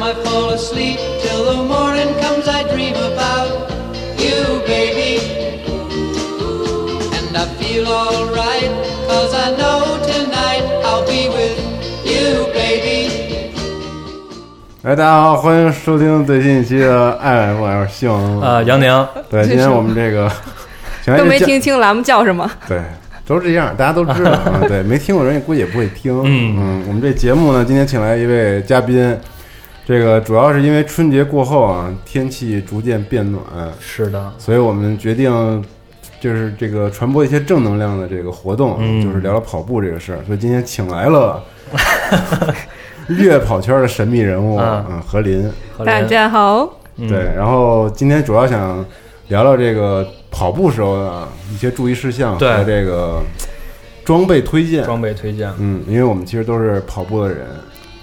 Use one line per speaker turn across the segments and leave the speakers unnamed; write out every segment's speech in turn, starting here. I fall asleep. Till the morning comes, I dream about you, baby. And I feel alright, cause I know tonight I'll be with you, baby.
哎，大家好，欢迎收听最新一期的《爱我要姓》
啊，杨宁，
对，今天我们这个全
都
是
没
叫
听清栏目叫什么，
对，都这样，大家都知道。啊。对，没听过人也估计也不会听。嗯我们这节目呢，今天请来一位嘉宾，这个主要是因为春节过后啊，天气逐渐变暖，
是的，
所以我们决定就是这个传播一些正能量的这个活动，
嗯
就是聊聊跑步这个事儿。所以今天请来了月跑圈的神秘人物，
啊
嗯，何林。
何
大
林，
家好，
嗯
对，然后今天主要想聊聊这个跑步时候的一些注意事项
对
和这个装备推荐。
装备推荐，
嗯，因为我们其实都是跑步的人，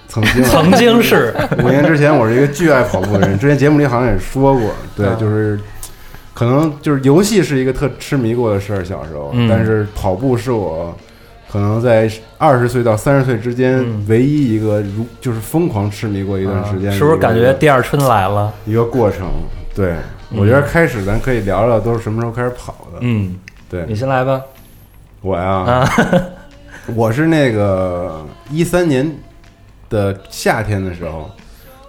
曾经啊
曾经是
五年之前我是一个巨爱跑步的人，之前节目里好像也说过，对，
嗯
就是可能就是游戏是一个特痴迷过的事儿，小时候，
嗯
但是跑步是我可能在二十岁到三十岁之间
嗯啊
唯一一个如就是疯狂痴迷过一段时间的一个、
是不是感觉第二春来了？
一个过程？对，我觉得开始咱可以聊聊都是什么时候开始跑的。
嗯，
对
你先来吧，
我呀，
啊，
我是那个一三年的夏天的时候，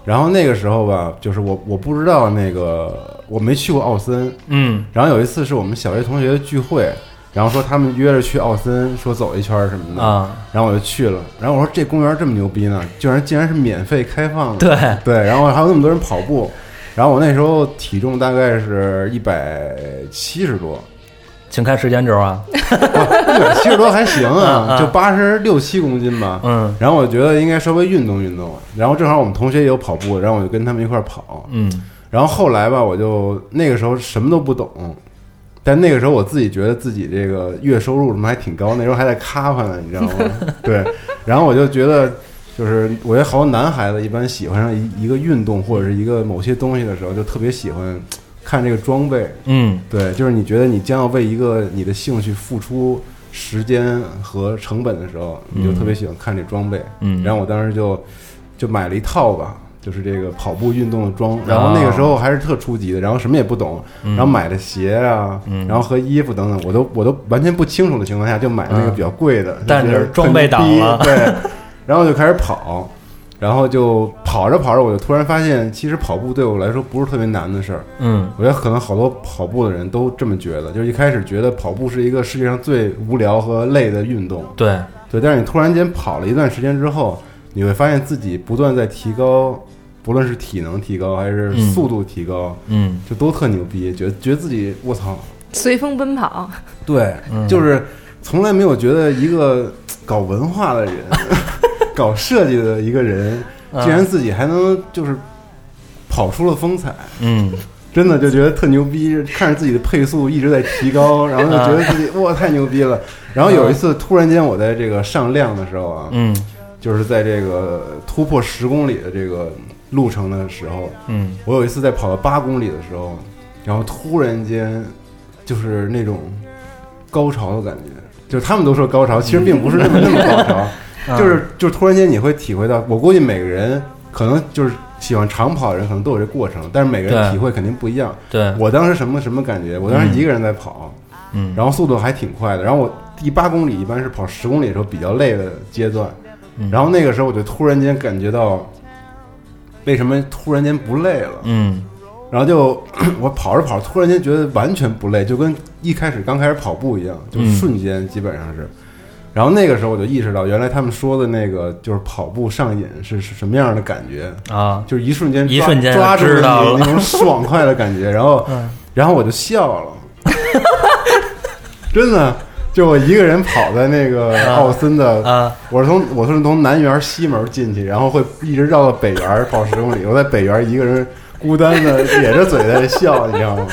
然后那个时候吧，就是我我不知道那个我没去过奥森，
嗯
然后有一次是我们小学同学的聚会，然后说他们约着去奥森，说走一圈儿什么的，
啊，
然后我就去了，然后我说这公园这么牛逼呢，居然竟然是免费开放的，
对，
对，然后还有那么多人跑步，然后我那时候体重大概是一百七十多，
请看时间轴啊，
一百七十多还行
啊
啊，
啊
就八十六七公斤吧。
嗯
然后我觉得应该稍微运动运动，然后正好我们同学也有跑步，然后我就跟他们一块儿跑。
嗯
然后后来吧，我就那个时候什么都不懂，但那个时候我自己觉得自己这个月收入什么还挺高，那时候还在咖啡呢，你知道吗？对。然后我就觉得，就是我觉得好多男孩子一般喜欢上一一个运动或者是一个某些东西的时候，就特别喜欢看这个装备。
嗯，
对，就是你觉得你将要为一个你的兴趣付出时间和成本的时候，你就特别喜欢看这装备。
嗯
然后我当时就就买了一套吧，就是这个跑步运动的
哦
装。然后那个时候还是特初级的，然后什么也不懂，
嗯
然后买的鞋啊，然后和衣服等等，我都我都完全不清楚的情况下，就买那个比较贵的，
嗯但
就是觉得
装备
特
党
牛逼
了
对，然后就开始跑。然后就跑着跑着，我就突然发现，其实跑步对我来说不是特别难的事儿。
嗯
我觉得可能好多跑步的人都这么觉得，就是一开始觉得跑步是一个世界上最无聊和累的运动，
对，
对。但是你突然间跑了一段时间之后，你会发现自己不断在提高，不论是体能提高还是
嗯
速度提高，
嗯
就都特牛逼，觉得觉得自己我操，
随风奔跑，
对，就是从来没有觉得一个搞文化的人、搞设计的一个人，竟然自己还能就是跑出了风采。
嗯，
真的就觉得特牛逼，看着自己的配速一直在提高，然后
啊
就觉得自己哇太牛逼了。然后有一次突然间我在这个上量的时候啊，
嗯
就是在这个突破十公里的这个路程的时候，
嗯，
我有一次在跑到八公里的时候，然后突然间就是那种高潮的感觉，就是他们都说高潮，其实并不是那么那么高
嗯
潮， 就是就突然间你会体会到，我估计每个人可能就是喜欢长跑的人可能都有这过程，但是每个人
对
体会肯定不一样。
对，
我当时什么什么感觉？我当时一个人在跑，
嗯
然后速度还挺快的。然后我第八公里一般是跑十公里的时候比较累的阶段，
嗯
然后那个时候我就突然间感觉到，为什么突然间不累了？
嗯
然后就 我跑着跑，突然间觉得完全不累，就跟一开始刚开始跑步一样，就
嗯
瞬间基本上是。然后那个时候我就意识到，原来他们说的那个就是跑步上瘾是是什么样的感觉。
啊，
就是一瞬间抓
一瞬间就
抓住
知道
你
了
那种爽快的感觉，然后、
嗯
然后我就笑了， 真的，就我一个人跑在那个奥森的，
啊
我是从我是从南园西门进去，然后会一直绕到北园跑十公里，我在北园一个人孤单的咧着嘴在笑，你知道吗？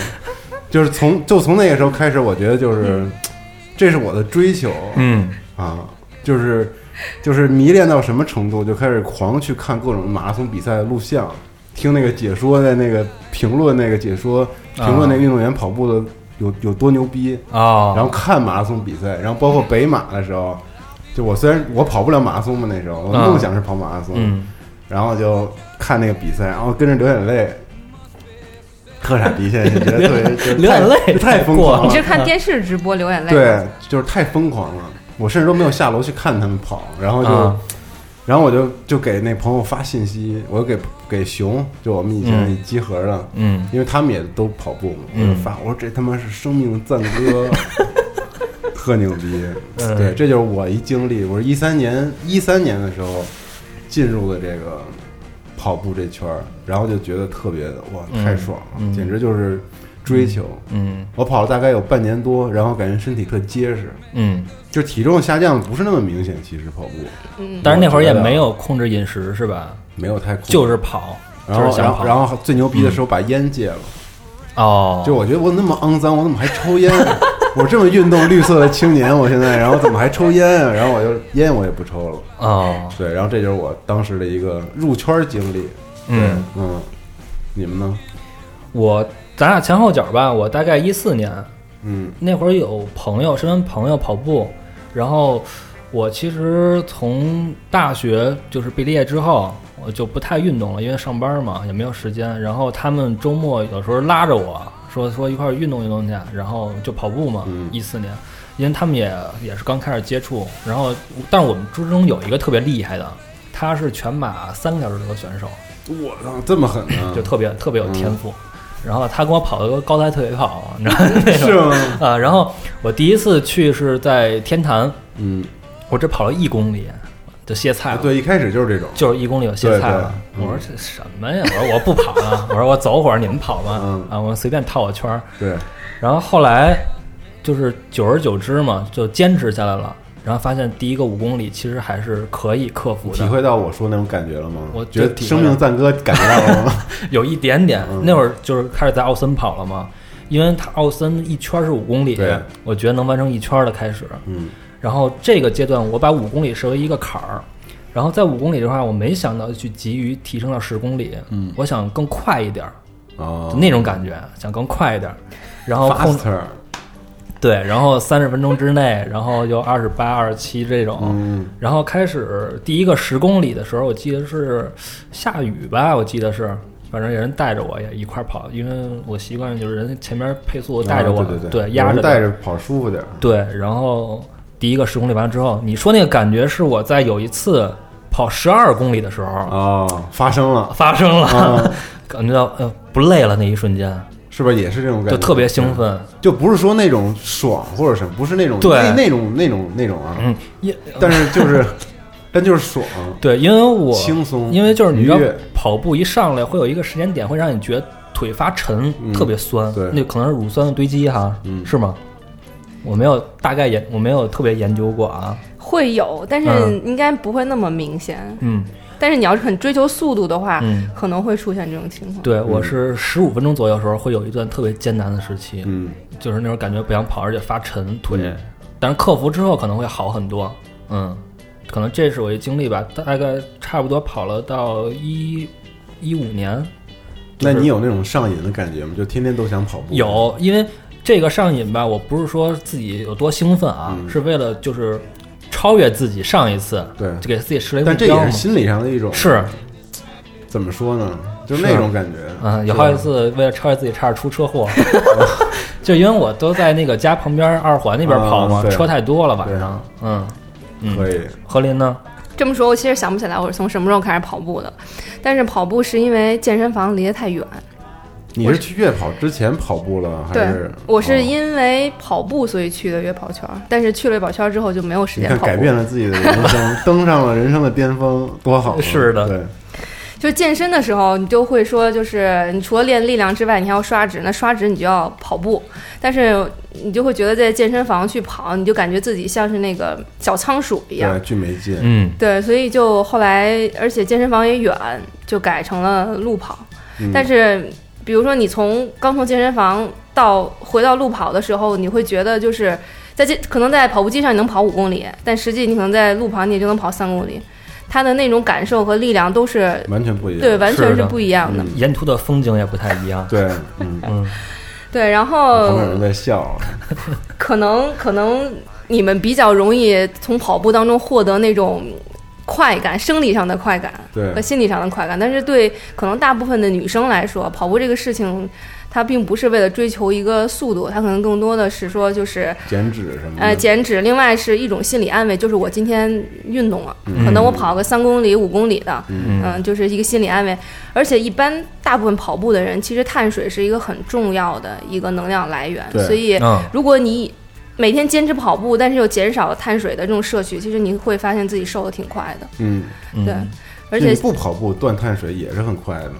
就是从就从那个时候开始，我觉得就是、这是我的追求，
嗯
啊，就是就是迷恋到什么程度，就开始狂去看各种马拉松比赛的录像，听那个解说的那个评论，那个解说评
啊
论那个运动员跑步的有有多牛逼，
哦，
然后看马拉松比赛，然后包括北马的时候，就我虽然我跑不了马拉松嘛，那时候我的
啊
梦想是跑马拉松，
嗯
然后就看那个比赛，然后跟着流眼泪，特傻逼，现在就觉得特别 就是太
流眼泪
太疯
过
狂
你
了
是，看电视直播流眼泪？，
对，就是太疯狂了，我甚至都没有下楼去看他们跑，然后就。
啊
然后我就就给那朋友发信息，我就给给熊，就我们以前
嗯
集合的，
嗯，
因为他们也都跑步嘛，我
嗯
就发，我说这他妈是生命的赞 歌，特牛逼。
嗯
对，这就是我一经历，我是一三年一三年的时候进入的这个跑步这圈儿，然后就觉得特别的哇，
嗯
太爽了，
嗯
简直就是追求。
嗯
我跑了大概有半年多，然后感觉身体特结实，
嗯，
就体重下降不是那么明显，其实跑步
嗯，
但是那会儿也没有控制饮食是吧？
没有太苦
就是跑，
然
就是
后，然
想
后，
跑。
然后最牛逼的时候把烟戒了。
哦，
就我觉得我那么肮脏，我怎么还抽烟？啊我这么运动绿色的青年，我现在，然后怎么还抽烟啊？然后我就烟我也不抽了。
哦，
对，然后这就是我当时的一个入圈经历。
嗯。
嗯，你们呢？
我咱俩前后脚吧，我大概一四年
嗯
那会儿有朋友，身边朋友跑步，然后我其实从大学就是毕业之后，我就不太运动了，因为上班嘛也没有时间。然后他们周末有时候拉着我说说一块儿运动运动去，然后就跑步嘛
嗯。
一四、年，因为他们也也是刚开始接触，然后但是我们之中有一个特别厉害的，他是全马三个小时的选手。
我操，这么狠啊呢
就？特别特别有天赋。然后他跟我跑了个高台特别跑，你知道那
嗯是
种
吗？
啊。然后我第一次去是在天坛，
嗯，
我只跑了一公里就歇菜
啊，
了。
对，一开始就是这种。
就是一公里有歇菜了。
对对嗯
我说这什么呀？我说我不跑了，我说我走会儿，你们跑吧。
嗯
啊，我随便套个圈儿。
对，
然后后来就是久而久之嘛，就坚持下来了。然后发现第一个五公里其实还是可以克服的，
体会到我说那种感觉了吗？
我
觉
就
得
体会
生命
了
赞歌感觉到 了吗？
有一点点
嗯。
那会儿就是开始在奥森跑了嘛，因为他奥森一圈是五公里
对，
我觉得能完成一圈的开始。
嗯
然后这个阶段，我把五公里设为一个坎儿，然后在五公里的话，我没想到去急于提升到十公里，嗯，我想更快一点儿，
哦
就，那种感觉，想更快一点儿。然后控
faster，啊
对，然后三十分钟之内，然后就二十八、二十七这种，
嗯
然后开始第一个十公里的时候，我记得是下雨吧，我记得是，反正有人带着我也一块儿跑，因为我习惯就是人前面配速带着我，
啊对对
压
有
着
人带
着，
着跑舒服点儿。
对，然后第一个十公里完了之后，你说那个感觉是我在有一次跑十二公里的时候、
哦，发生了，
发生了，
嗯
感觉到呃不累了那一瞬间，
是不是也是这种感觉？
就特别兴奋，
就不是说那种爽或者什么，不是那种
对
那那种那种那种啊，
嗯，也
但是就是但就是爽，
对，因为我
轻松
因为就是你知道
愉悦
跑步一上来会有一个时间点，会让你觉得腿发沉，
嗯
特别酸，
对
那可能是乳酸的堆积哈，
嗯
是吗？我没有大概研，我没有特别研究过啊，
会有，但是
嗯
应该不会那么明显。
嗯，
但是你要是很追求速度的话
嗯，
可能会出现这种情况。
对
嗯
我是十五分钟左右的时候会有一段特别艰难的时期，
嗯，
就是那种感觉不想跑，而且发沉腿，
嗯
但是克服之后可能会好很多，嗯，可能这是我一经历吧，大概差不多跑了到一一五年，就
那
是
你有那种上瘾的感觉吗？就天天都想跑步？，
有，因为这个上瘾吧，我不是说自己有多兴奋啊，
嗯
是为了就是超越自己上一次，
对
就给自己设了一个
但
目
这
标
也
嘛
是。心理上的一种，
是，
怎么说呢？就是那种感觉，
嗯，有
是吧
好几次为了超越自己，差点出 车祸，就因为我都在那个家旁边二环那边跑嘛，
啊对
车太多了晚
对
上。嗯，嗯
可以，
何林呢？
这么说，我其实想不起来我是从什么时候开始跑步的，但是跑步是因为健身房离得太远。
你是去月跑之前跑步了还
对
是？，
我是
哦
因为跑步所以去的约跑圈儿，但是去了约跑圈儿之后就没有时
你
间
看
跑
改
步。
变了自己的人生， 登上了人生的巅峰，多好啊！
是的
对，
就健身的时候，你就会说，就是你除了练力量之外，你还要刷脂。那刷脂你就要跑步，但是你就会觉得在健身房去跑，你就感觉自己像是那个小仓鼠一
对，。
样
巨没劲，
嗯，
对，所以就后来，而且健身房也远，就改成了路跑。
嗯
但是，比如说你从刚从健身房到回到路跑的时候，你会觉得就是在这可能在跑步机上你能跑五公里，但实际你可能在路跑你也就能跑三公里，它的那种感受和力量都是
完全不一样。
对完全
是
是
的
不一样的。
嗯
沿途的风景也不太一样。
对，嗯，
嗯，
对，然
旁
后
边有人在笑，
可能可能你们比较容易从跑步当中获得那种。快感，生理上的快感
对
和心理上的快感。但是对可能大部分的女生来说，跑步这个事情，它并不是为了追求一个速度，它可能更多的是说就是
减脂什么的，
呃减脂，另外是一种心理安慰，就是我今天运动了，可能我跑个三公里、五公里的，
嗯
嗯，就是一个心理安慰。而且一般大部分跑步的人，其实碳水是一个很重要的一个能量来源，
对
所以
嗯
如果你每天坚持跑步，但是又减少了碳水的这种摄取，其实你会发现自己瘦的挺快的。
嗯，
嗯
对，而
你
且
不跑步断碳水也是很快的，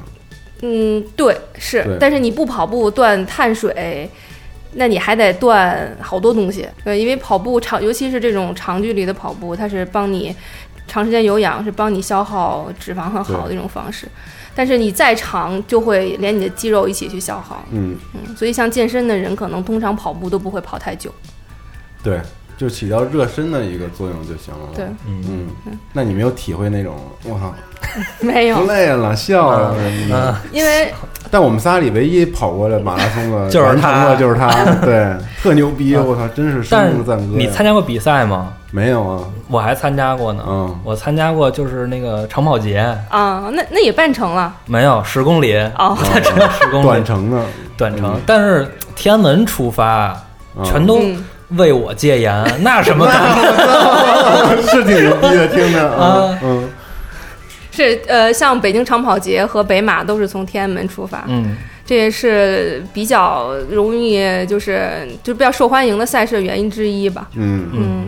嗯，对，是，
对
但是你不跑步断碳水。那你还得断好多东西，对，因为跑步长，尤其是这种长距离的跑步，它是帮你长时间有氧，是帮你消耗脂肪很好的一种方式。但是你再长，就会连你的肌肉一起去消耗。
嗯，
嗯，所以像健身的人，可能通常跑步都不会跑太久。
对，就起到热身的一个作用就行了。
对，
嗯，那你没有体会那种我靠
没
不
有，
累了笑啊什么的，
嗯，
因为
但我们仨里唯一跑过来马拉松的
就是他
完
啊
成的就是 他，对，特牛逼，我操，真是
但
生
是
命赞歌呀。
你参加过比赛吗？
没有啊？
我还参加过呢，
嗯
我参加过就是那个长跑节，
啊，那那也办成了
没有十公里，
哦，
十公里
短程的，
短程，但是天安门出发，
嗯
全都
嗯
为我戒严，那什么感觉？
是挺牛逼的，听 着啊
啊，
嗯，
是呃，像北京长跑节和北马都是从天安门出发，
嗯，
这也是比较容易就是就比较受欢迎的赛事的原因之一吧。
嗯
嗯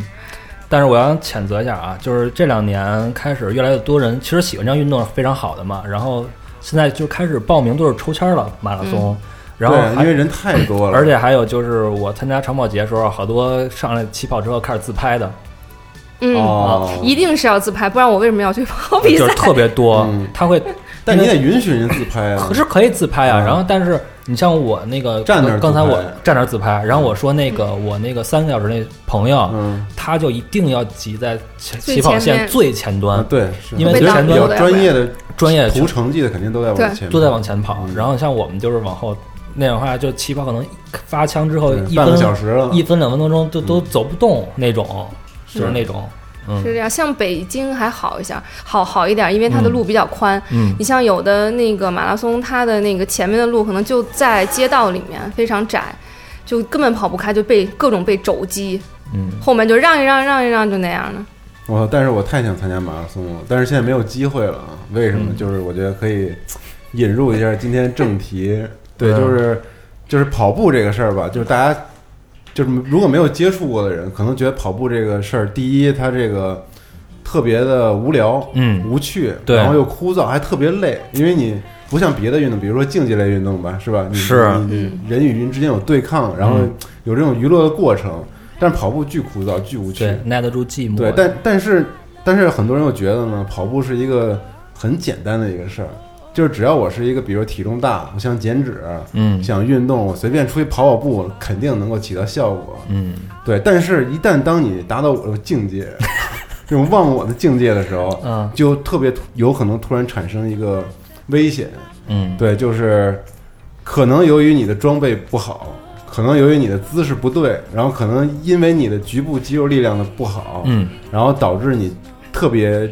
但是我要谴责一下啊，就是这两年开始越来越多人其实喜欢这项运动是非常好的嘛，然后现在就开始报名都是抽签了马拉松，然后
对因
还
为人太多了，
而且还有就是我参加长跑节的时候，好多上来起跑之后开始自拍的，
嗯、
哦
一定是要自拍，不然我为什么要去跑比
哦就
赛
是？特别多
嗯，
他会，
但你得允许人自拍啊
可，是可以自拍啊，
嗯
然后但是你像我那个
站那儿自
刚才我
拍
站那儿自拍，然后我说那个我那个三个小时那朋友，
嗯，
他就一定要挤在起
最
起跑
前
线
面
最前
啊
端，
对，是
因为
我觉得
前
比
端
较专业的
专业
图成绩的肯定都在往
对
前面，
都在往前跑
嗯。
然后像我们就是往后那样的话，就起跑可能一发枪之后
对
一
半个
分
小时了，嗯
一分两分钟都都走不动那种，
是
就是那种，
是
嗯
这样，像北京还好一下，好好一点，因为它的
嗯
路比较宽。
嗯
你像有的那个马拉松，它的那个前面的路可能就在街道里面，非常窄，就根本跑不开，就被各种被肘击，
嗯，
后面就让一让，让一让，就那样的。
我但是我太想参加马拉松了，但是现在没有机会了。啊为什么？
嗯
就是我觉得可以引入一下今天正 题，对，
嗯
就是就是跑步这个事儿吧，就是大家就是如果没有接触过的人，可能觉得跑步这个事儿，第一，它这个特别的无聊，
嗯
无趣，
对
然后又枯燥，还特别累，因为你。不像别的运动，比如说竞技类运动吧，是吧？你
是
你你人与人之间有对抗，然后
嗯
有这种娱乐的过程。但是跑步巨枯燥，巨无趣。
对，耐得住寂寞。
对，但但是但是很多人又觉得呢，跑步是一个很简单的一个事儿，就是只要我是一个，比如体重大，我想减脂，
嗯
想运动，我随便出去跑跑步，肯定能够起到效果。
嗯，
对，但是一旦当你达到我的境 界，这种忘我的境界的时候，
嗯
就特别突有可能突然产生一个危险。
嗯，
对，就是可能由于你的装备不好，可能由于你的姿势不对，然后可能因为你的局部肌肉力量的不好，
嗯
然后导致你特别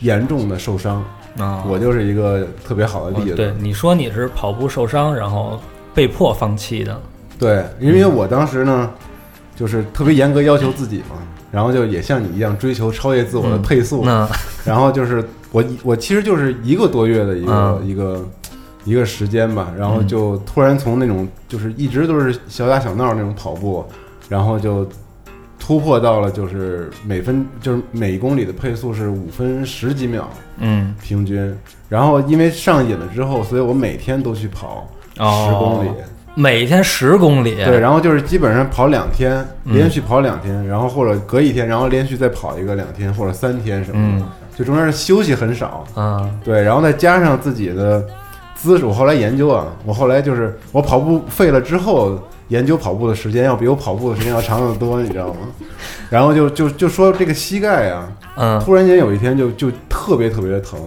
严重的受伤。
啊，
我就是一个特别好的例子。
哦对你说你是跑步受伤，然后被迫放弃的，
对因为我当时呢，就是特别严格要求自己嘛，然后就也像你一样追求超越自我的配速，
嗯那
然后就是我我其实就是一个多月的一个、
嗯
一个。一个时间吧，然后
嗯
就突然从那种就是一直都是小打小闹那种跑步，然后就突破到了就是每分就是每公里的配速是五分十几秒，
嗯
平均。然后因为上瘾了之后，所以我每天都去跑
哦
十公里，
每天十公里，
对，然后就是基本上跑两天，
嗯
连续跑两天，然后或者隔一天，然后连续再跑一个两天或者三天什么的，
嗯
就中间的休息很少，
啊
对，然后再加上自己的姿势，我后来研究啊，我后来就是我跑步废了之后，研究跑步的时间要比我跑步的时间要长得多，你知道吗？然后就就就说这个膝盖啊，
嗯
突然间有一天就就特别特别的疼，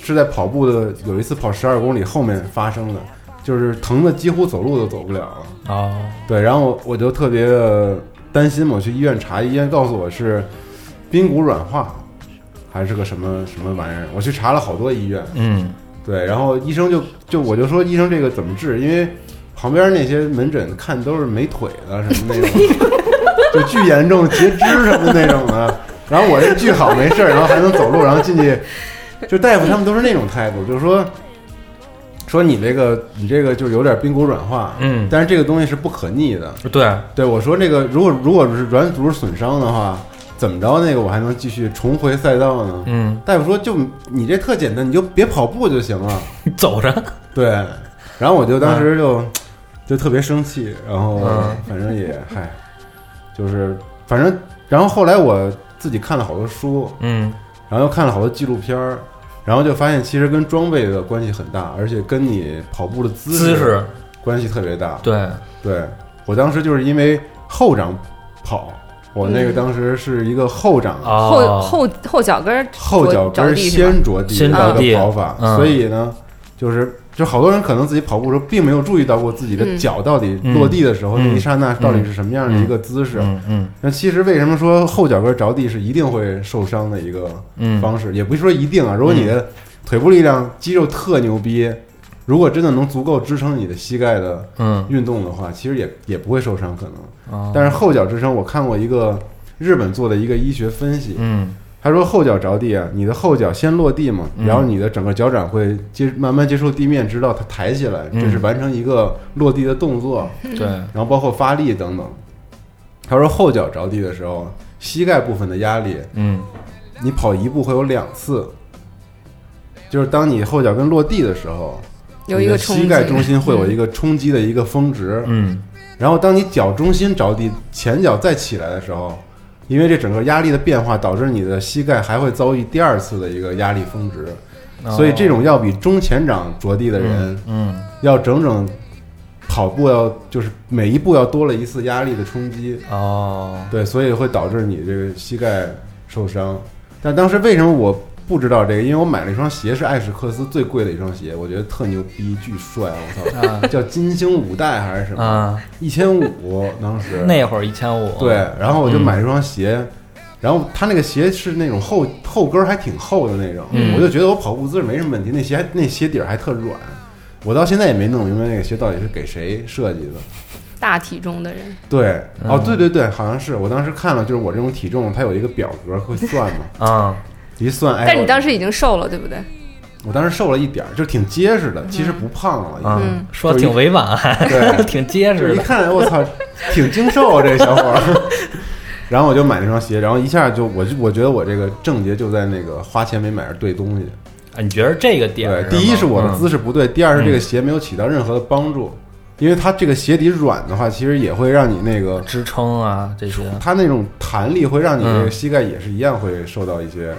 是在跑步的有一次跑十二公里后面发生的，就是疼的几乎走路都走不了了。
哦
对，然后我就特别的担心嘛，我去医院查，医院告诉我是髌骨软化，还是个什么什么玩意儿。我去查了好多医院，
嗯
对，然后医生就就我就说医生这个怎么治，因为旁边那些门诊看都是没腿的什么那种， 就巨严重截肢什么那种的，然后我这巨好没事儿，然后还能走路，然后进去，就大夫他们都是那种态度，就是说说你这个你这个就是有点髌骨软化，
嗯，
但是这个东西是不可逆的，
对，
对，我说那个，如果如果是软组织损伤的话，怎么着那个我还能继续重回赛道呢？
嗯，
大夫说就你这特简单，你就别跑步就行了。
走着，
对，然后我就当时就、就特别生气，然后
嗯
反正也嗨，就是反正，然后后来我自己看了好多书，
嗯
然后又看了好多纪录片儿，然后就发现其实跟装备的关系很大，而且跟你跑步的姿
姿势，
关系特别大。
对，
对我当时就是因为后掌跑，我那个
嗯
当时是一个后掌、
后
哦，
后后脚跟儿
后脚跟儿
着地是吧？
先着地
先
着
的
地
一个跑法，
嗯
所以呢，就是就好多人可能自己跑步的时候并没有注意到过自己的
嗯
脚到底落地的时候、
嗯
那一刹那到底是什么样的一个姿势。
嗯嗯
那其实为什么说后脚跟儿着地是一定会受伤的一个
嗯，
方式，也不是说一定啊。如果你的腿部力量肌肉特牛逼，如果真的能足够支撑你的膝盖的
嗯，
运动的话，其实也也不会受伤，可能。
哦
但是后脚支撑，我看过一个日本做的一个医学分析，
嗯
他说后脚着地啊，你的后脚先落地嘛，
嗯
然后你的整个脚掌会接慢慢接触地面，直到它抬起来，
嗯
这是完成一个落地的动作，
对，
然后包括发力等等。他说后脚着地的时候，膝盖部分的压力，
嗯
你跑一步会有两次，就是当你后脚跟落地的时候，
有一
你
个
的
冲
膝盖
击嗯
中心会有一个冲击的一个峰值，
嗯
然后当你脚中心着地，前脚再起来的时候，因为这整个压力的变化，导致你的膝盖还会遭遇第二次的一个压力峰值，
哦
所以这种要比中前掌着地的人
嗯
要整整跑步要就是每一步要多了一次压力的冲击，
哦，
对，所以会导致你这个膝盖受伤。但当时为什么我不知道这个？因为我买了一双鞋是艾史克斯最贵的一双鞋，我觉得特牛逼，巨帅，我操！
啊
叫金星五代还是什么？
啊，
一千五，当时
那会儿一千五，
对，然后我就
嗯
买一双鞋，然后他那个鞋是那种后后跟儿还挺厚的那种，
嗯
我就觉得我跑步姿势没什么问题，那鞋还那鞋底儿还特软，我到现在也没弄明白那个鞋到底是给谁设计的。
大体重的人，
对，哦
嗯，
对对对，好像是我当时看了，就是我这种体重，它有一个表格会算 嘛，
啊，
一算，哎，
但你
我
当时已经瘦了，对不对？
我当时瘦了一点儿，就挺结实的，其实不胖了，已经
啊
嗯，
说挺委婉，还
对
挺结
就是
实
一
的，
看，我操，挺精瘦啊，这小伙儿。 然后我就买那双鞋，然后一下就，我就我觉得我这个症结就在那个花钱没买着对东西。
啊你觉得这个点
对
儿，吗，
第一是我的姿
势，
势不对，第二是
嗯
这个鞋没有起到任何的帮助，因为它这个鞋底软的话，其实也会让你那个
支撑啊这些，
它那种弹力会让你这个
嗯
膝盖也是一样会受到一些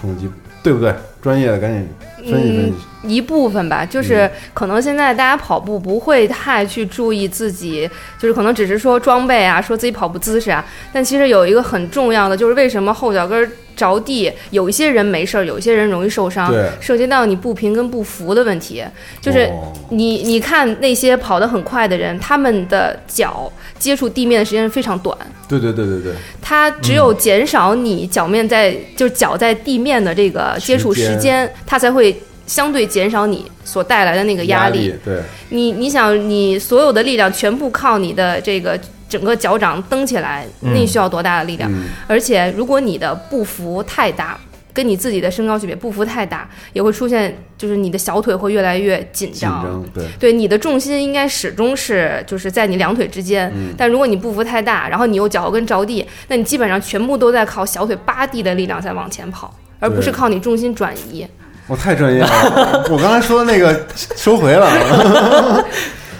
冲击，对不对？专业的赶紧分析分析
嗯。，一部分吧，
嗯
就是可能现在大家跑步不会太去注意自己，就是可能只是说装备啊，说自己跑步姿势啊，但其实有一个很重要的，就是为什么后脚跟儿着地，有一些人没事儿，有一些人容易受伤
对，
涉及到你不平跟不服的问题，就是
哦
你你看那些跑得很快的人，他们的脚接触地面的时间非常短，
对对对对对，
它只有减少你脚面在、就是脚在地面的这个接触时
时
间，它才会相对减少你所带来的那个压力。
力对，
你你想，你所有的力量全部靠你的这个整个脚掌蹬起来，
嗯
那需要多大的力量？
嗯，
而且如果你的步幅太大。跟你自己的身高区别，步幅太大也会出现，就是你的小腿会越来越紧
紧
张，
张对，
对，你的重心应该始终是就是在你两腿之间，
嗯
但如果你步幅太大，然后你又脚后跟着地，那你基本上全部都在靠小腿扒地的力量在往前跑，而不是
对
靠你重心转移。
我太专业了，我刚才说的那个收回了。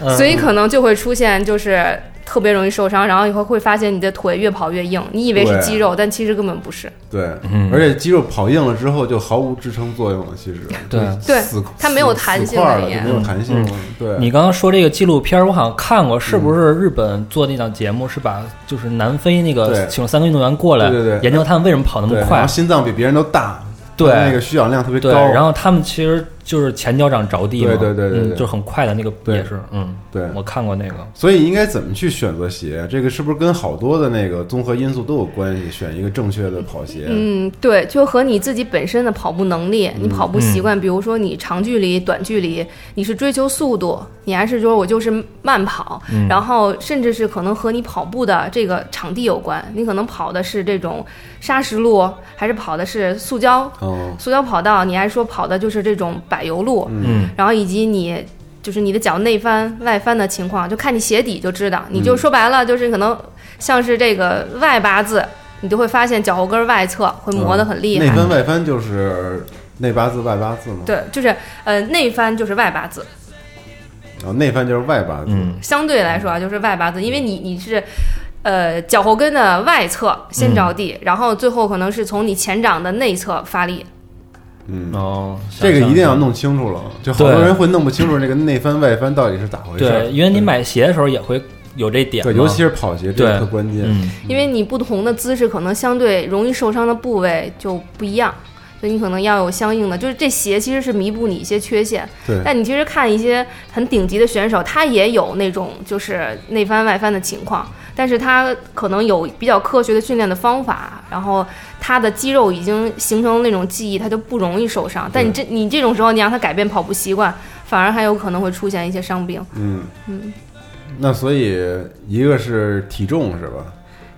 嗯
所以可能就会出现就是特别容易受伤，然后以后会发现你的腿越跑越硬，你以为是
对
肌肉，但其实根本不是。
对
嗯，
而且肌肉跑硬了之后就毫无支撑作用了，其实
对嗯
对
死
它没有弹
死
性
块了，
了也
就没有弹性了。对，
你刚刚说这个纪录片儿，我好像看过，是不是日本做那档节目是把就是南非那个
对
请了三个运动员过来，
对对对
研究他们为什么跑那
对
么
然
快
后，心脏比别人都大，
对
那个需氧量特别
对，
高，
然后他们其实就是前脚掌着地嘛，
对对对对
嗯
对
就是很快的那个
对
也是，嗯，
对
我看过那个，
所以应该怎么去选择鞋？这个是不是跟好多的那个综合因素都有关系？选一个正确的跑鞋，
嗯，对，就和你自己本身的跑步能力、你跑步习惯，比如说你长距离、短距离，你是追求速度，你还是说我就是慢跑，然后甚至是可能和你跑步的这个场地有关，你可能跑的是这种砂石路，还是跑的是塑胶
哦，
塑胶跑道，你还说跑的就是这种柏油路，
嗯，
然后以及你就是你的脚内翻外翻的情况，就看你鞋底就知道。你就说白了，就是可能像是这个外八字，你就会发现脚后跟外侧会磨得很厉
嗯
害。
内
嗯
翻外翻就是内八字外八字嘛，
对，就是呃内翻就是外八字，
然后内翻就是外八字，
嗯
相对来说啊就是外八字，因为你你是。呃，脚后跟的外侧先着地，然后最后可能是从你前掌的内侧发力，
嗯，
哦，想
这个
象
一定要
中
弄清楚了，就好多
对
人会弄不清楚这个内翻外翻到底是咋回事儿。
对，因为你买鞋的时候也会有这点嘛，
对，尤其是跑鞋，这
对
个特关键。
嗯，
因为你不同的姿势，可能相对容易受伤的部位就不一样，所以你可能要有相应的，就是这鞋其实是弥补你一些缺陷。
对，
但你其实看一些很顶级的选手，他也有那种就是内翻外翻的情况，但是他可能有比较科学的训练的方法，然后他的肌肉已经形成那种记忆，他就不容易受伤。但你这你这种时候，你让他改变跑步习惯，反而还有可能会出现一些伤病。
嗯那所以一个是体重是吧？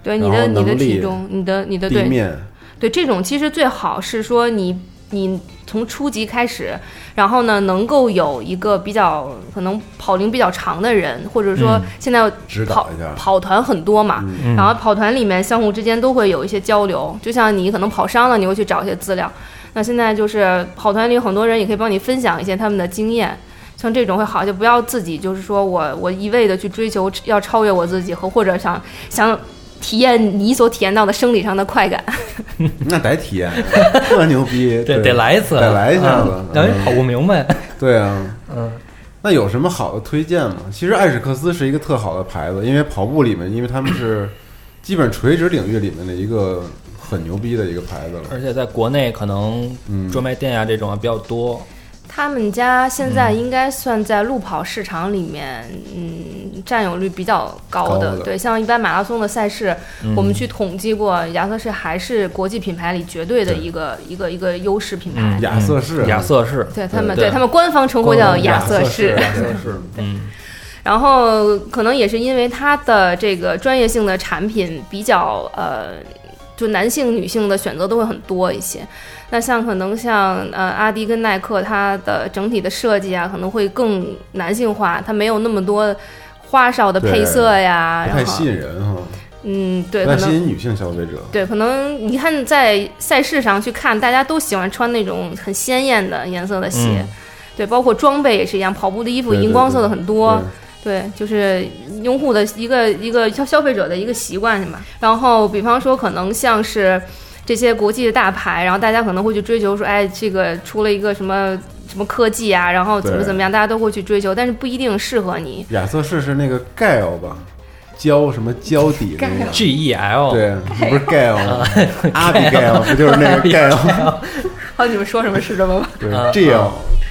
对你
然
的
后
你的
能力
体重，你的你的
地
对
面，
对，这种其实最好是说你你从初级开始，然后呢能够有一个比较可能跑龄比较长的人，或者说
嗯
现在
指
跑
导一下
跑团很多嘛。
嗯
然后跑团里面相互之间都会有一些交流，就像你可能跑伤了，你会去找一些资料。那现在就是跑团里有很多人也可以帮你分享一些他们的经验，像这种会好，就不要自己就是说我我一味的去追求要超越我自己和或者想想体验你所体验到的生理上的快感。
那得体验，啊 特牛逼，
对，得来一次，
得来一下子
嗯，让人跑不明白，
对啊。
嗯，
那有什么好的推荐吗？其实艾史克斯是一个特好的牌子，因为跑步里面，因为他们 是基本垂直领域里面的一个很牛逼的一个牌子了。
而且在国内可能
嗯
专卖店啊这种啊比较多，
他们家现在应该算在路跑市场里面，嗯，占有率比较高的。
高
嗯
的
对，像一般马拉松的赛事，我们去统计过，亚瑟士还是国际品牌里绝对的一个一个一个优势品牌。
嗯，
亚瑟士啊
亚瑟士，
对他们，
对
他们官方称呼叫呃亚瑟
瑟
士，
亚瑟士，
嗯
然后可能也是因为它的这个专业性的产品比较呃，就男性女性的选择都会很多一些。那像可能像呃阿迪跟耐克，它的整体的设计啊，可能会更男性化，它没有那么多花哨的配色呀，
不太
然
吸
后
引人哈，
嗯，对，
不
可
太吸
能。
引女性消费者。
对，可能你看在赛事上去看，大家都喜欢穿那种很鲜艳的颜色的鞋，
嗯
对，包括装备也是一样，跑步的衣服
对对
荧光色的很多，
对
对，就是用户的一个一个消消费者的一个习惯嘛。然后，比方说，可能像是这些国际的大牌，然后大家可能会去追求说，哎，这个出了一个什么什么科技啊，然后怎么
对
怎么样，大家都会去追求，但是不一定适合你。
亚瑟士是那个盖 l 吧，胶什么胶底那个。
，G E L，
对，不是 Gail 吗？
啊
阿比 Gail 不就是那个 Gail？
好，你们说什么是什 么吧。
对
嗯
，Gail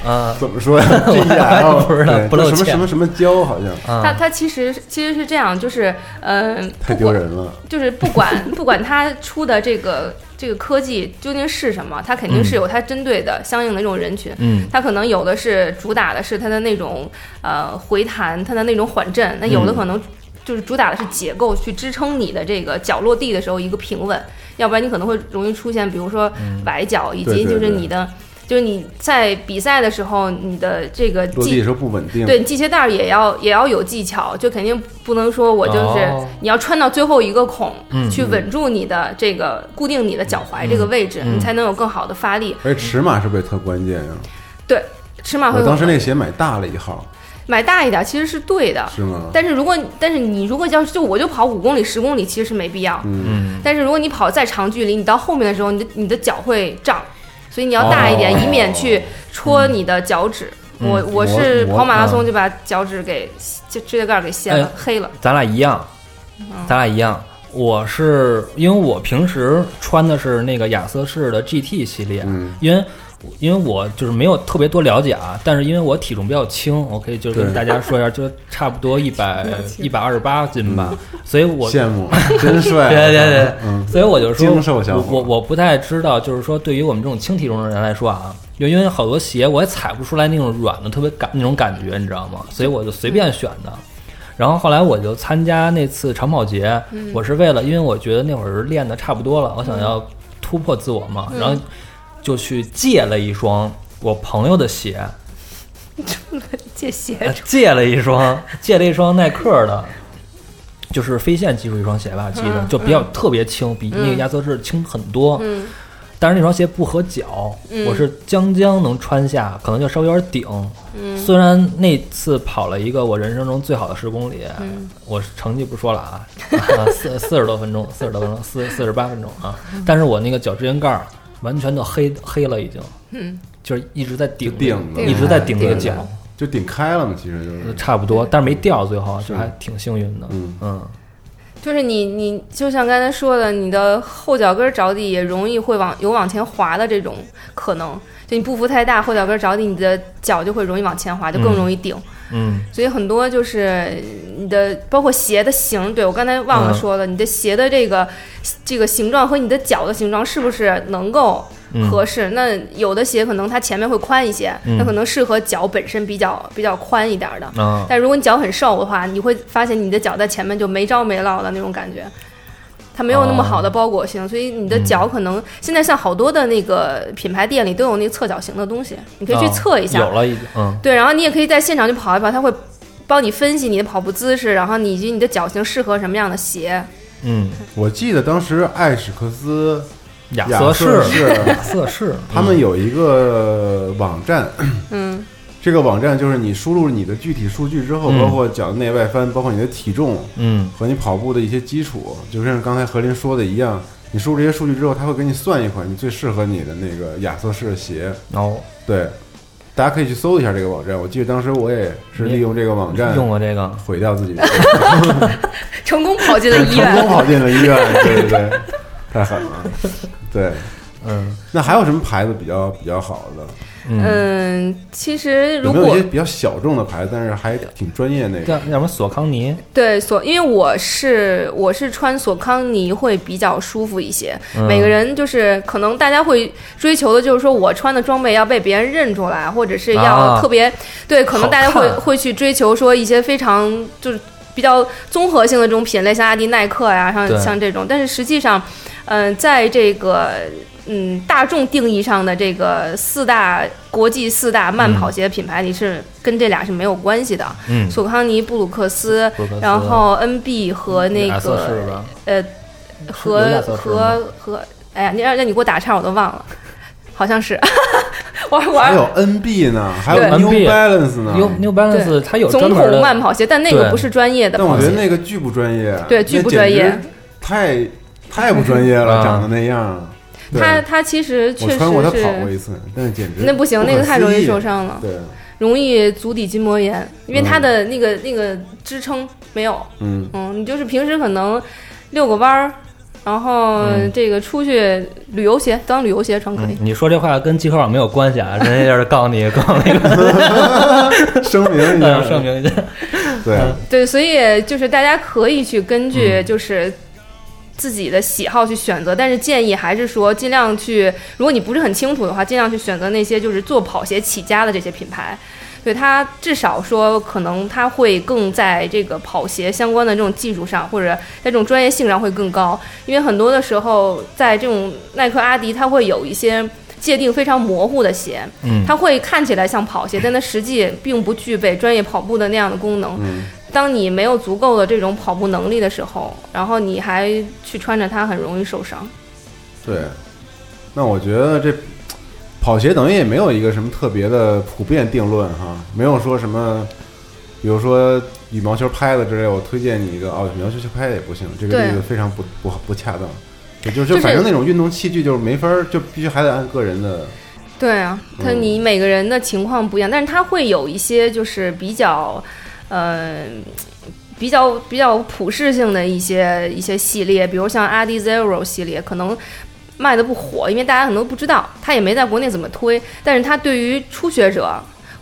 啊
怎么说呀？G L
不知道不露
什么
怯
什么什么胶好像
它
啊，
它其实其实是这样，就是呃，
太丢人了。
就是不管 不管它出的这个这个科技究竟是什么，它肯定是有它针对的相应的这种人群。
嗯
它可能有的是主打的是它的那种呃回弹，它的那种缓震，那
嗯
有的可能就是主打的是结构去支撑你的这个脚落地的时候一个平稳，要不然你可能会容易出现比如说崴脚，
嗯
以
对
及
对
就
对
是你的就是你在比赛的时候你的这个
落地
技
的时候不稳定，
对系鞋带儿也要也要有技巧，就肯定不能说我就是
哦
你要穿到最后一个孔、
嗯
去稳住你的这个固定你的脚踝这个位置，
嗯
你才能有更好的发力。
而且尺码是不是也特关键呀？
对，尺码会
我
有
当时那鞋买大了一号，
买大一点其实是对的，
是吗？
但是如果但是你如果要是就我就跑五公里十公里其实是没必要，
嗯，
但是如果你跑再长距离，你到后面的时候，你的你的脚会胀，所以你要大一点，
哦
以免去戳你的脚趾。
嗯
我我是
磨
跑马拉松
嗯
就把脚趾给就指甲盖儿给掀了、
哎
黑了，
咱俩一样，咱俩一样。我是因为我平时穿的是那个亚瑟士的 GT 系列，
嗯
因为因为我就是没有特别多了解啊，但是因为我体重比较轻，我可以就是跟
对
大家说一下，就差不 多一百一百二十八斤吧，所以我
羡 慕，真帅啊！
对对对
嗯，
所以我就说，
精瘦小
我
伙
我我不太知道，就是说对于我们这种轻体重的人来说啊，因为因为好多鞋我也踩不出来那种软的特别感那种感觉，你知道吗？所以我就随便选的。然后后来我就参加那次长跑节，我是为了，因为我觉得那会儿练的差不多了，我想要突破自我嘛，然后就去借了一双我朋友的鞋，
借鞋
呃借了一双，借了一双耐克的，就是飞线技术一双鞋吧，记得就比较特别轻，比那个亚瑟士轻很多。
嗯，
但是那双鞋不合脚，
嗯
我是将将能穿下，可能就稍微有点顶。
嗯
虽然那次跑了一个我人生中最好的十公里，
嗯
我成绩不说了啊， 啊四四十多分钟，四十多分钟，四四十八分钟啊，
嗯
但是我那个脚趾甲盖儿完全都黑黑了，已经，
嗯，
就是一直在顶，
顶着
一直在顶那个
对
脚。
就顶开了嘛，其实就是
差不多，但是没掉，最后啊就是还挺幸运的。
嗯
就是你你就像刚才说的，你的后脚跟着地也容易会往有往前滑的这种可能，就你步幅太大，后脚跟着地，你的脚就会容易往前滑，就更容易顶。
嗯
所以很多就是你的，包括鞋的型，对我刚才忘了
嗯
说了，你的鞋的这个这个形状和你的脚的形状是不是能够
嗯
合适？那有的鞋可能它前面会宽一些，
嗯
那可能适合脚本身比较比较宽一点儿的。
啊，
但如果你脚很瘦的话，你会发现你的脚在前面就没着没落的那种感觉，它没有那么好的包裹
哦
性，所以你的脚可
嗯
能现在像好多的那个品牌店里都有那个测脚型的东西，你可以去测一下。
啊哦有了已经，嗯
对，然后你也可以在现场去跑一跑，它会帮你分析你的跑步姿势，然后你以及你的脚型适合什么样的鞋。
嗯，
我记得当时艾史克斯
亚
亚
瑟
瑟
士，
士
亚瑟士，
他们有一个网站，
嗯
这个网站就是你输入你的具体数据之后，
嗯
包括脚内外翻，包括你的体重
嗯
和你跑步的一些基础，就像刚才何林说的一样，你输入这些数据之后，他会给你算一款你最适合你的那个亚瑟士的鞋。
嗯哦，
对，大家可以去搜一下这个网站。我记得当时我也是利用这个网 站
用过这个，
毁掉自己，
成功跑进了医
成功
院。
跑进了医院。对对对， 太狠了。对，
嗯
那还有什么牌子比较比较好的？
嗯，
嗯，其实
有
如
没有一
果
些比较小众的牌子，但是还挺专业那
叫
个？
叫什么索康尼，
对索，因为我是我是穿索康尼会比较舒服一些。
嗯
每个人就是可能大家会追求的就是说我穿的装备要被别人认出来，或者是要
啊
特别、对，可能大家会
好看
会去追求说一些非常就是比较综合性的这种品类，像阿迪、耐克呀、
对
像像这种。但是实际上，嗯、在这个嗯大众定义上的这个四大国际四大慢跑鞋品牌里是、跟这俩是没有关系的。
嗯，
索康尼、布鲁克斯，
布鲁克斯嗯
然后 NB 和那
亚瑟士
个
吧，
呃
是有
和
亚瑟士吗
和和，哎呀，你让让你给我打岔，我都忘了，好像是， 我
还有
我
NB 呢，还有
对
New
NB
Balance 呢。
New New Balance 它有
总
专门
统慢
的，
跑鞋，但那个
对
不是专业的
但我
跑
觉得
鞋。
那个巨不专业，
对巨不
那简直
专业
太太不专业了，
啊
长得那样。对
他他其实确
我
实
穿过他跑过
是，
一次，但是简直
那不行，
可
那个太容
思
易
议
受。伤了，
对，
容易足底筋膜炎，因为
嗯
它的那个那个支撑没有。
嗯，
嗯，你就是平时可能遛个弯儿，然后
嗯
这个出去旅游鞋当旅游鞋穿可以
嗯。你说这话跟集合网没有关系 啊，人家就是告你告那个
声明一 下，
呃声明嗯 一下，
对，
对，所以就是大家可以去根据就是自己的喜好去选择，但是建议还是说尽量去，如果你不是很清楚的话，尽量去选择那些就是做跑鞋起家的这些品牌。对它至少说，可能它会更在这个跑鞋相关的这种技术上，或者在这种专业性上会更高。因为很多的时候，在这种耐克、阿迪，它会有一些界定非常模糊的鞋，
嗯
它会看起来像跑鞋，但它实际并不具备专业跑步的那样的功能。
嗯，
当你没有足够的这种跑步能力的时候，然后你还去穿着它，很容易受伤。
对。那我觉得这跑鞋等于也没有一个什么特别的普遍定论哈，没有说什么，比如说羽毛球拍子之类，我推荐你一个哦，羽毛球拍也不行，这个
对
例子非常不不不恰当。也就就
就
是反正那种运动器具就是没法儿，就必须还得按个人的，
对啊，它
嗯
你每个人的情况不一样，但是它会有一些就是比较，呃，比较比较普适性的一些一些系列，比如像阿迪 Zero 系列，可能卖的不火，因为大家可能不知道，它也没在国内怎么推。但是它对于初学者，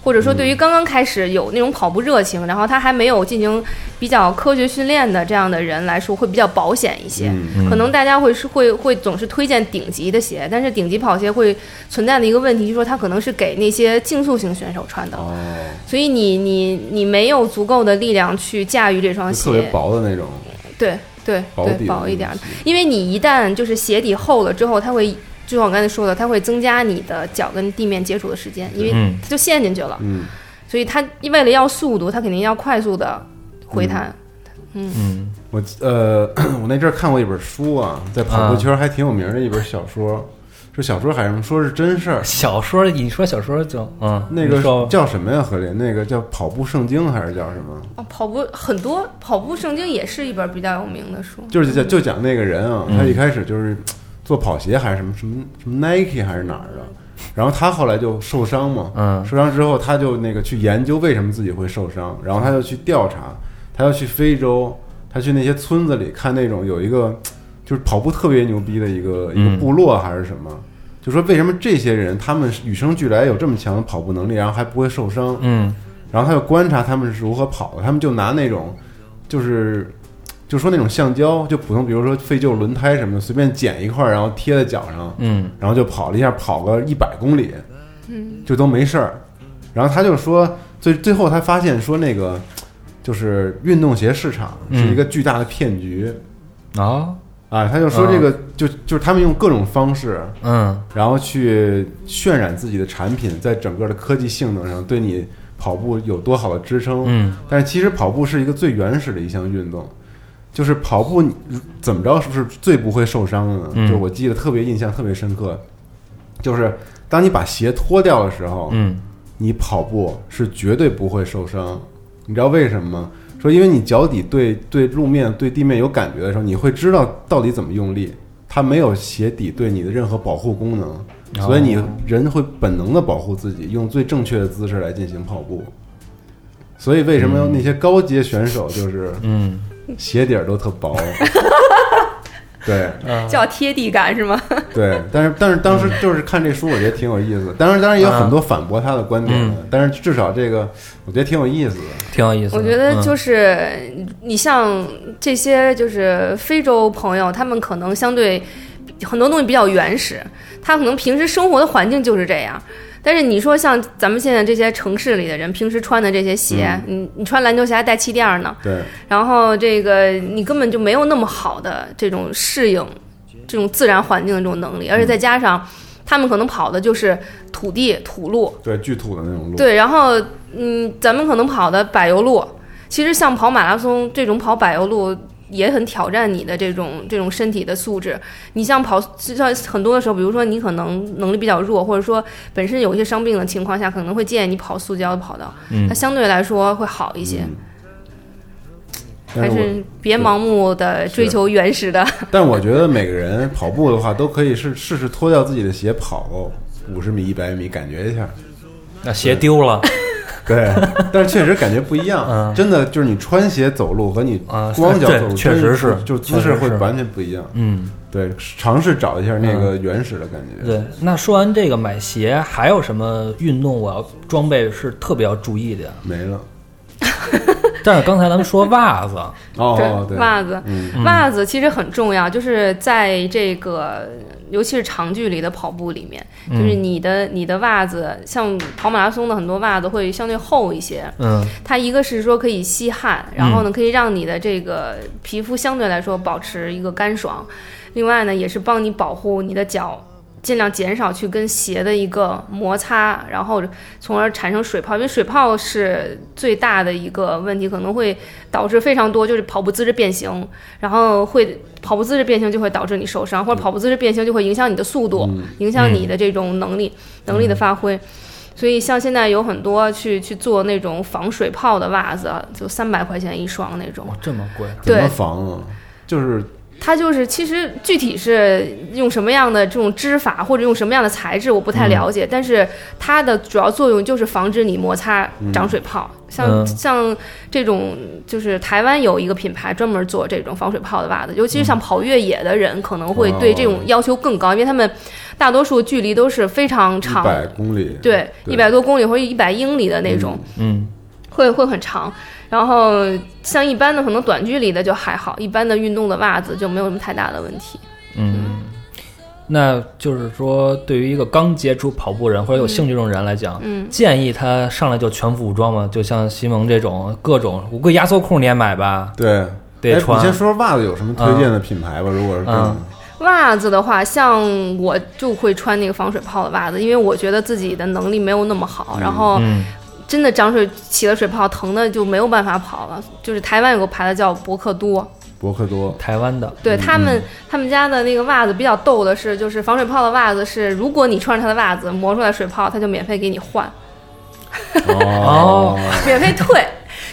或者说对于刚刚开始有那种跑步热情，然后他还没有进行比较科学训练的这样的人来说，会比较保险一些。
嗯，
嗯
可能大家会是会会总是推荐顶级的鞋，但是顶级跑鞋会存在的一个问题，就是说它可能是给那些竞速型选手穿的，
哦，
所以你你你没有足够的力量去驾驭这双
就
鞋，
特别薄的那种，
对对
薄底
对，
的
薄一点儿
那
的
种，鞋
因为你一旦就是鞋底厚了之后，它会就像我刚才说的，它会增加你的脚跟地面接触的时间，因为
嗯
它就陷进去了，
嗯，
所以它为了要速度，它肯定要快速的回弹。
嗯
我呃， 我那阵儿看过一本书啊，在跑步圈还挺有名的一本小说，说小说还是什么，说是真 事儿。
小说你说小说就嗯
那
你
个
说
叫什么呀？何林，那个叫《跑步圣经》还是叫什么？
哦，跑步很多，跑步圣经也是一本比较有名的书。
就是讲就讲那个人啊，
嗯
他一开始就是做跑鞋还是什么什么什么 Nike 还是哪儿的，然后他后来就受伤嘛，
嗯
受伤之后他就那个去研究为什么自己会受伤，然后他就去调查，他要去非洲，他去那些村子里看那种有一个就是跑步特别牛逼的一个一个
嗯
部落还是什么。就说为什么这些人他们与生俱来有这么强的跑步能力，然后还不会受伤？
嗯
然后他就观察他们是如何跑的，他们就拿那种，就是，就说那种橡胶，就普通，比如说废旧轮胎什么的，随便捡一块儿，然后贴在脚上，
嗯
然后就跑了一下，跑个一百公里，嗯，就都没事儿。然后他就说，最最后他发现说那个，就是运动鞋市场是一个巨大的骗局、
啊
啊，他就说这个、就就是他们用各种方式，
嗯
然后去渲染自己的产品在整个的科技性能上对你跑步有多好的支撑。
嗯
但是其实跑步是一个最原始的一项运动，就是跑步你怎么着是不是最不会受伤的呢？
嗯
就是我记得特别印象特别深刻，就是当你把鞋脱掉的时候，
嗯
你跑步是绝对不会受伤。你知道为什么吗？说因为你脚底对对路面对地面有感觉的时候，你会知道到底怎么用力。它没有鞋底对你的任何保护功能，所以你人会本能的保护自己，用最正确的姿势来进行跑步。所以为什么那些高阶选手就是
嗯
鞋底儿都特薄？对，
叫贴地感是吗？
对，但是但是当时就是看这书，我觉得挺有意思的。当然，当然也
啊
有很多反驳他的观点
嗯
的，但是至少这个我觉得挺有意思的。
挺有意思的，嗯
我觉得就是是你像这些就是非洲朋友，他们可能相对很多东西比较原始，他可能平时生活的环境就是这样。但是你说像咱们现在这些城市里的人，平时穿的这些鞋，你你穿篮球鞋还带气垫儿呢，
对，
然后这个你根本就没有那么好的这种适应这种自然环境的这种能力，而且再加上他们可能跑的就是土地土路，
对，巨土的那种路，
对，然后嗯，咱们可能跑的柏油路，其实像跑马拉松这种跑柏油路也很挑战你的这种这种身体的素质。你像跑像很多的时候，比如说你可能能力比较弱，或者说本身有一些伤病的情况下，可能会建议你跑塑胶的跑道，
嗯
它相对来说会好一些。
嗯。但
还
是我，
是别盲目的追求原始的，
但我觉得每个人跑步的话，都可以试试试脱掉自己的鞋跑五十米、一百米，感觉一下。
那啊鞋丢了，
对，但是确实感觉不一样，
嗯
真的就是你穿鞋走路和你
啊
光脚
对
走路，
确
真
实
是
是
就
确
姿
实
势会
是
完全不一样。
嗯。
对，尝试找一下那个原始的感觉。
对，那说完这个买鞋，还有什么运动我要装备是特别要注意的呀？
没了。
但是刚才咱们说袜子，
哦，对，
袜子，
嗯
袜子其实很重要，就是在这个尤其是长距离的跑步里面，就是你的你的袜子，像跑马拉松的很多袜子会相对厚一些，
嗯
它一个是说可以吸汗，然后呢可以让你的这个皮肤相对来说保持一个干爽，另外呢也是帮你保护你的脚。尽量减少去跟鞋的一个摩擦，然后从而产生水泡，因为水泡是最大的一个问题，可能会导致非常多，就是跑步姿势变形，然后会跑步姿势变形就会导致你受伤，或者跑步姿势变形就会影响你的速度，影响你的这种能力、能力的发挥。所以像现在有很多去去做那种防水泡的袜子，就三百块钱一双那种
哇。，哦这么贵，
怎么
对
防啊？就是
它就是其实具体是用什么样的这种织法或者用什么样的
嗯
材质，我不太了解。但是它的主要作用就是防止你摩擦长水泡，像、
嗯
像这种就是台湾有一个品牌专门做这种防水泡的袜子，尤其是像跑越野的人，可能会对这
嗯
种要求更高，因为他们大多数距离都是非常
一
长，
百公里，
对，
对
一百多公里或者一百英里的那种，
嗯，
会会很长。然后像一般的可能短距离的就还好，一般的运动的袜子就没有什么太大的问题。
嗯，那就是说，对于一个刚接触跑步人或者有兴趣这种人来讲，
嗯
建议他上来就全副武装嘛，就像西蒙这种各种，我估计压缩裤你也买吧，
对。
得
哎
穿
你先说说袜子有什么推荐的品牌吧？如果是这样
嗯
袜子的话，像我就会穿那个防水泡的袜子，因为我觉得自己的能力没有那么好，然后
嗯
真的长水起了水泡，疼的就没有办法跑了。就是台湾有个牌子叫博克多，
博克多，
台湾的，
对他们、
嗯
他们家的那个袜子比较逗的是，就是防水泡的袜子是，如果你穿上它的袜子磨出来水泡，它就免费给你换，
哦
免费退。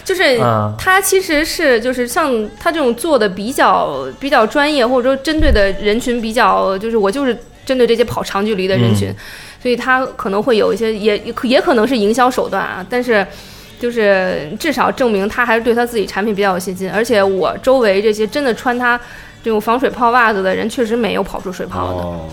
就是
啊
它其实是就是像它这种做的比较比较专业，或者说针对的人群比较，就是我就是针对这些跑长距离的人群，所以它可能会有一些也也可也可能是营销手段啊，但是。就是至少证明他还是对他自己产品比较有信心，而且我周围这些真的穿他这种防水泡袜子的人，确实没有跑出水泡的。
哦，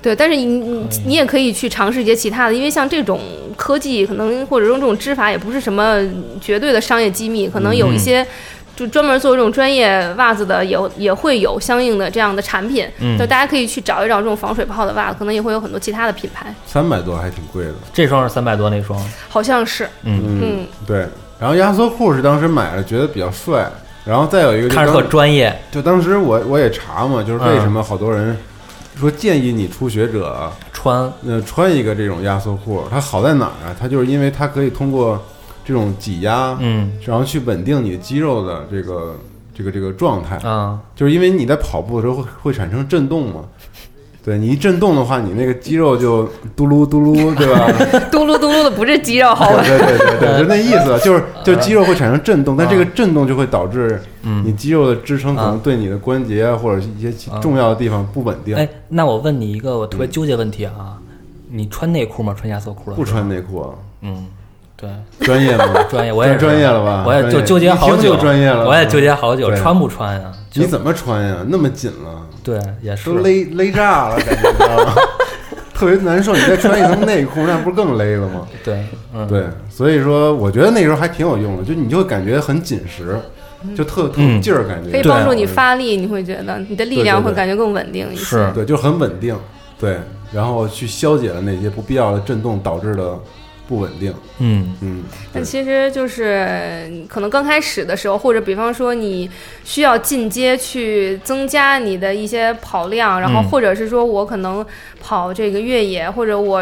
对，但是你
嗯
你你也可以去尝试一些其他的，因为像这种科技，可能或者说这种织法也不是什么绝对的商业机密，可能
嗯
有一些就专门做这种专业袜子的也，有也会有相应的这样的产品，
嗯
就大家可以去找一找这种防水泡的袜子，可能也会有很多其他的品牌，
三百多还挺贵的。
这双是三百多那双，
好像是， 嗯，
对。然后压缩裤是当时买了，觉得比较帅。然后再有一个就
看着特嗯
当
专业，
就当时我我也查嘛，就是为什么好多人说建议你初学者啊
穿
那穿一个这种压缩裤，它好在哪儿啊？它就是因为它可以通过这种挤压，
嗯
然后去稳定你肌肉的这个这个这个状态，
啊
就是因为你在跑步的时候会会产生震动嘛。对你一震动的话，你那个肌肉就嘟噜嘟 噜，对吧？
嘟噜嘟噜的不是肌肉，好吧？
对对对 对，就那意思，就是
嗯
就肌肉会产生震动，但这个震动就会导致你肌肉的支撑可能
嗯
对你的关节啊或者一些其重要的地方不稳定。
哎，那我问你一个我特别纠结问题啊，你穿内裤吗？穿压缩裤了？
不穿内裤啊，
嗯，对，
专业吗？
专业我也是
专业了吧？
我也就纠结好
一听
久，
就专业了，嗯
我也纠结好久，
对
穿不穿呀？就
你怎么穿呀？那么紧了，
对，也是
都勒勒炸了，感觉到 特别难受。你再穿一层内裤，那不是更勒了吗？
对，嗯，
对，所以说我觉得那时候还挺有用的，就你就会感觉很紧实，就特特有劲儿，感觉
可以帮助你
啊
发力，你会觉得你的力量会感觉更稳定一些。
是
对，就很稳定，对，然后去消解了那些不必要的震动导致的不稳定，
嗯
嗯，
但其实就是你可能刚开始的时候，或者比方说你需要进阶去增加你的一些跑量，然后
嗯
或者是说我可能跑这个越野，或者我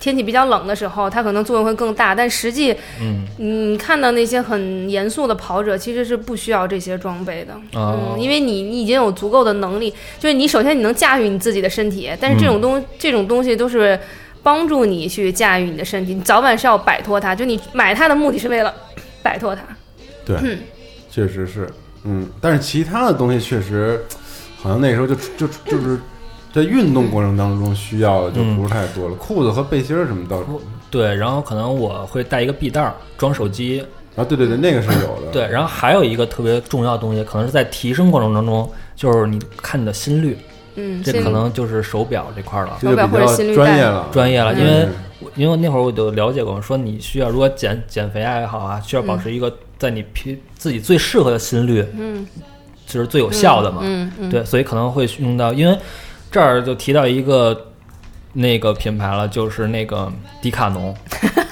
天气比较冷的时候，它可能作用会更大。但实际
嗯
你看到那些很严肃的跑者，其实是不需要这些装备的。
哦
嗯，因为你你已经有足够的能力，就是你首先你能驾驭你自己的身体，但是这种东、
嗯
这种东西都是帮助你去驾驭你的身体，你早晚是要摆脱它。就你买它的目的是为了摆脱它。
对，
嗯
确实是，嗯，但是其他的东西确实，好像那时候就就就是在运动过程当中需要的就
嗯
不是太多了，裤子和背心儿什么倒是
对，然后可能我会带一个臂袋儿装手机，
啊，对对对，那个是有的，
对，然后还有一个特别重要的东西，可能是在提升过程当中，就是你看你的心率，
嗯，
这
心
可能就是手表这块儿了。
这就
手表
比
或者心
较
率
专业
带
了，
专业了，
嗯
因为我因为那会儿我就了解过，说你需要如果减减肥啊也好啊，需要保持一个在你皮自己最适合的心率，
嗯
就是最有效的嘛。
嗯嗯，
对，所以可能会用到，因为这儿就提到一个那个品牌了，就是那个迪卡 侬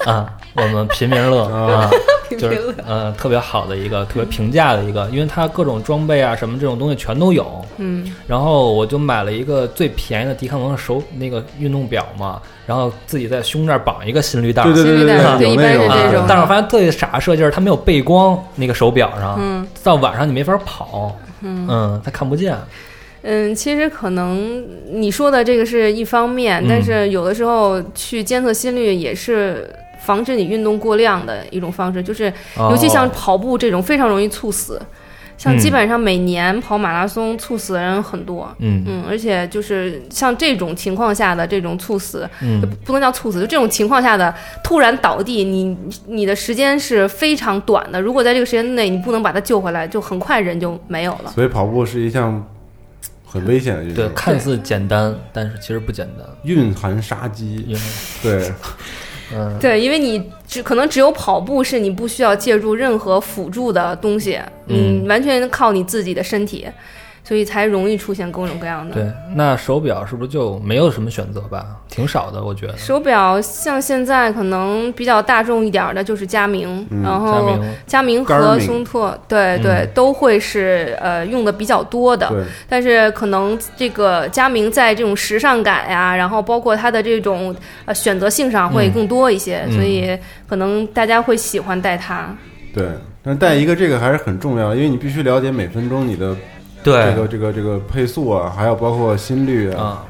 啊，我们平民乐啊，就是呃特别好的一个特别平价的一个，因为它各种装备啊什么这种东西全都有。
嗯
然后我就买了一个最便宜的迪卡侬的手那个运动表嘛，然后自己在胸这儿绑一个心率带儿。
对对
心
对
率
对，
带对
有
一
那
般是
种
这
的
种
啊，但是我发现特别傻的设计是它没有背光，那个手表上，
嗯
到晚上你没法跑，嗯它看不见，
嗯，其实可能你说的这个是一方面，
嗯
但是有的时候去监测心率也是防止你运动过量的一种方式，就是尤其像
哦
跑步这种非常容易猝死。像
嗯
基本上每年跑马拉松猝死的人很多，
嗯
嗯，而且就是像这种情况下的这种猝死，就
嗯
不能叫猝死，就这种情况下的突然倒地，你你的时间是非常短的。如果在这个时间内你不能把他救回来，就很快人就没有了。
所以跑步是一项很危险的运
对，
动，
看似简单，但是其实不简单，
蕴含杀机。
因为
对，
嗯，
对，因为你只可能只有跑步是你不需要借助任何辅助的东西，
嗯
完全靠你自己的身体，所以才容易出现各种各样的。
对，那手表是不是就没有什么选择吧？挺少的，我觉得。
手表像现在可能比较大众一点儿的就是佳明，
嗯
然
佳
后
明，
佳明和
Garmin
松拓，对对，
嗯
都会是呃用的比较多的。
对，
但是可能这个佳明在这种时尚感呀、然后包括它的这种呃选择性上会
嗯
更多一些，
嗯
所以可能大家会喜欢戴它。
对，但是带一个这个还是很重要，因为你必须了解每分钟你的这个
对，
这个这个配速啊，还有包括心率啊、
啊，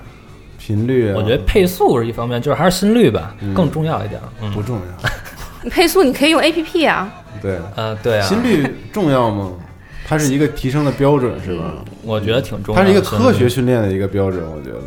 频率啊，
我觉得配速是一方面，就是还是心率吧
嗯，
更重要一点。嗯
不，重 要。
你配速你可以用 A P P 啊，
对，
呃，对啊，
心率重要吗？它是一个提升的标准是吧？
我觉得挺重要
它是
的。
一个科
心
学
率，
训练的一个标准，我觉得。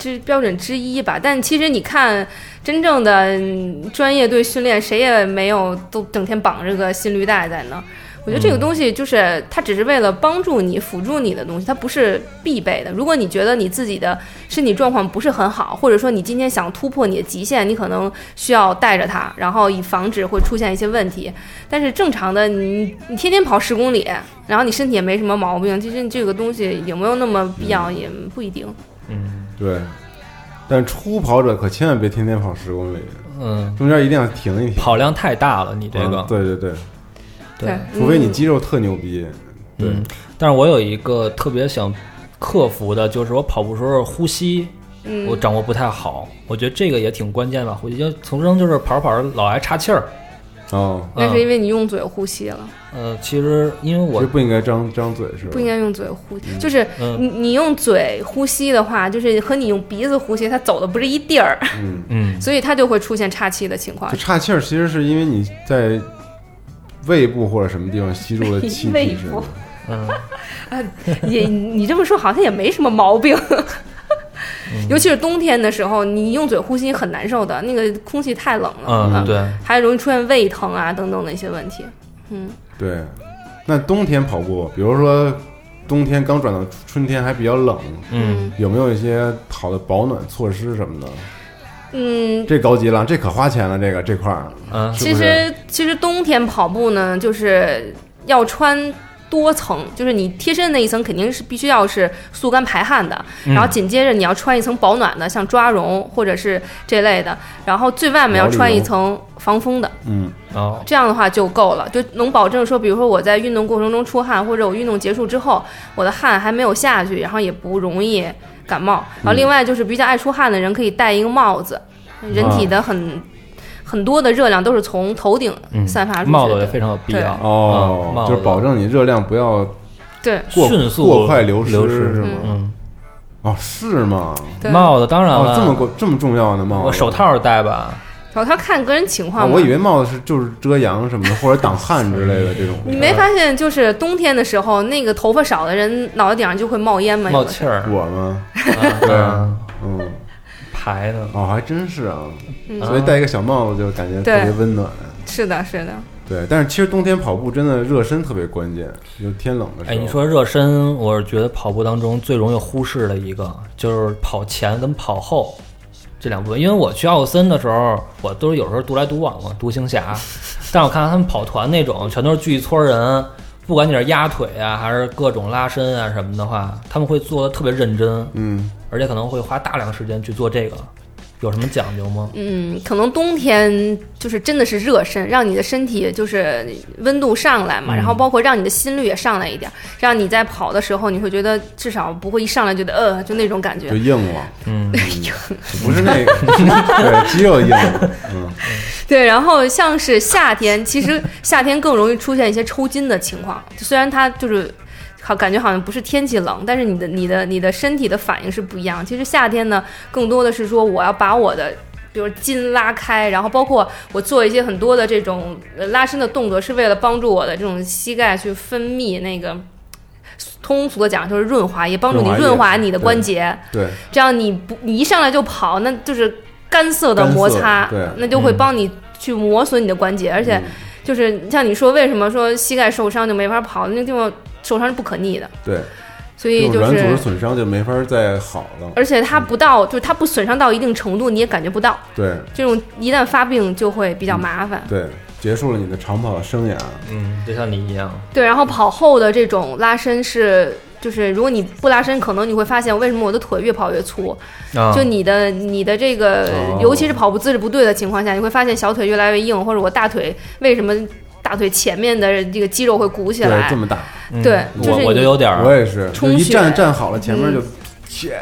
这是标准之一吧。但其实你看，真正的嗯专业队训练，谁也没有都整天绑着个心率带在那儿。我觉得这个东西就是它只是为了帮助你、辅助你的东西，它不是必备的。如果你觉得你自己的身体状况不是很好，或者说你今天想突破你的极限，你可能需要带着它，然后以防止会出现一些问题。但是正常的，你你天天跑十公里，然后你身体也没什么毛病，其实你这个东西有没有那么必要也不一定。
嗯
对，但初跑者可千万别天天跑十公里，
嗯，
中间一定要停一停。
跑量太大了，你这个
嗯对对对，
对。
嗯
除非你肌肉特牛逼。对，
嗯，但是我有一个特别想克服的，就是我跑步时候呼吸
嗯，
我掌握不太好，我觉得这个也挺关键吧。我就从生就是跑着跑着老爱岔气儿，
哦，
那是因
为
为你用嘴呼吸了，
呃，其实因为
其
我
实不应该张张嘴是吧？
不应该用嘴呼，就是。
嗯
你你用嘴呼吸的话，就是和你用鼻子呼吸，它走的不是一地儿，
嗯，
嗯
所以它就会出现岔气的情况
就。岔气儿，其实是因为你在胃部或者什么地方吸入了气
胃
体，是
部
吧？
嗯
也你这么说好像也没什么 毛病，尤其是冬天的时候，你用嘴呼吸很难受的，那个空气太冷了，
嗯
嗯
对，
还容易出现胃疼啊等等的一些问题。嗯，
对。那冬天跑步，比如说冬天刚转到春天还比较冷，
嗯
有没有一些好的保暖措施什么的？
嗯，
这高级了，这可花钱了，这个这块儿
嗯
是
其
不是
实其实冬天跑步呢，就是要穿多层，就是你贴身那一层肯定是必须要是速干排汗的，
嗯
然后紧接着你要穿一层保暖的，像抓绒或者是这类的，然后最外面要穿一层防风的，
嗯，
哦
这样的话就够了，就能保证说，比如说我在运动过程中出汗，或者我运动结束之后，我的汗还没有下去，然后也不容易感冒。
嗯
然后另外就是比较爱出汗的人可以戴一个帽子，人体的很、很多的热量都是从头顶
嗯
散发出去的。
帽子也非常有必要
哦，
嗯帽
就是
子
保证你热量不要
对
过
迅速
过快流失
流
是
失，
吗？
嗯，
哦，是吗？
对，
帽子当然
哦
了，，
这么过这么重要呢吗？
我手套戴吧，
然后他看个人情
啊，
况嘛。
我以为帽子是就是遮阳什么的，或者挡汗之类的这 种。
你没发现，就是冬天的时候，那个头发少的人脑袋顶上就会冒烟吗？有
冒
的时
气儿，
我吗？对
嗯，
嗯，
排的，
哦，还真是啊，
嗯
所以戴一个小帽子就感觉特
对
别温暖。
候是的，是的，
对，但是其实冬天跑步真的热身特别关键，就天冷的时候。
哎，你说热身，我是觉得跑步当中最容易忽视的一个，就是跑前跟跑后这两部分。因为我去奥森的时候，我都是有时候独来独往嘛，独行侠。但我看他们跑团那种，全都是聚一撮人，不管你是压腿啊，还是各种拉伸啊什么的话，他们会做的特别认真，
嗯，
而且可能会花大量时间去做这个。有什么讲究吗？
嗯，可能冬天就是真的是热身，让你的身体就是温度上来嘛，
嗯
然后包括让你的心率也上来一点，这样你在跑的时候，你会觉得至少不会一上来觉得呃就那种感
就
觉。
硬了，
嗯，
哎
不是 那个，对，肌肉硬了。
对，然后像是夏天，其实夏天更容易出现一些抽筋的情况，虽然它就是。好，感觉好像不是天气冷，但是你的、你的、你的身体的反应是不一样。其实夏天呢，更多的是说我要把我的，比如筋拉开，然后包括我做一些很多的这种呃拉伸的动作，是为了帮助我的这种膝盖去分泌那个通俗的讲就是润滑，也帮助你
润滑液
润滑你的
对
关节，
对，
这样你不你一上来就跑，那就是干涩的
干涩
摩擦
对，
那就会
嗯
帮你去磨损你的关节，而且
嗯
就是像你说为什么说膝盖受伤就没法跑，那地方受伤是不可逆的，
对，
所
这
以
种
就
软组织
是。
损伤就没法再好了。
而且它不到，就是它不损伤到一定程度，你也感觉不到。
对
这种一旦发病就会比较麻烦。
对，结束了你的长跑生涯。
嗯，就像你一样，
对，然后跑后的这种拉伸是，就是如果你不拉伸，可能你会发现为什么我的腿越跑越粗，
啊
就你的你的这个
嗯哦，
尤其是跑步姿势不对的情况下，你会发现小腿越来越硬，或者我大腿为什么大腿前面的这个肌肉会鼓起
对，
来
这？么大，
嗯
对就是
我
你
我就有点儿
我也是，就
充
一
血嗯
站站好了，前面就切，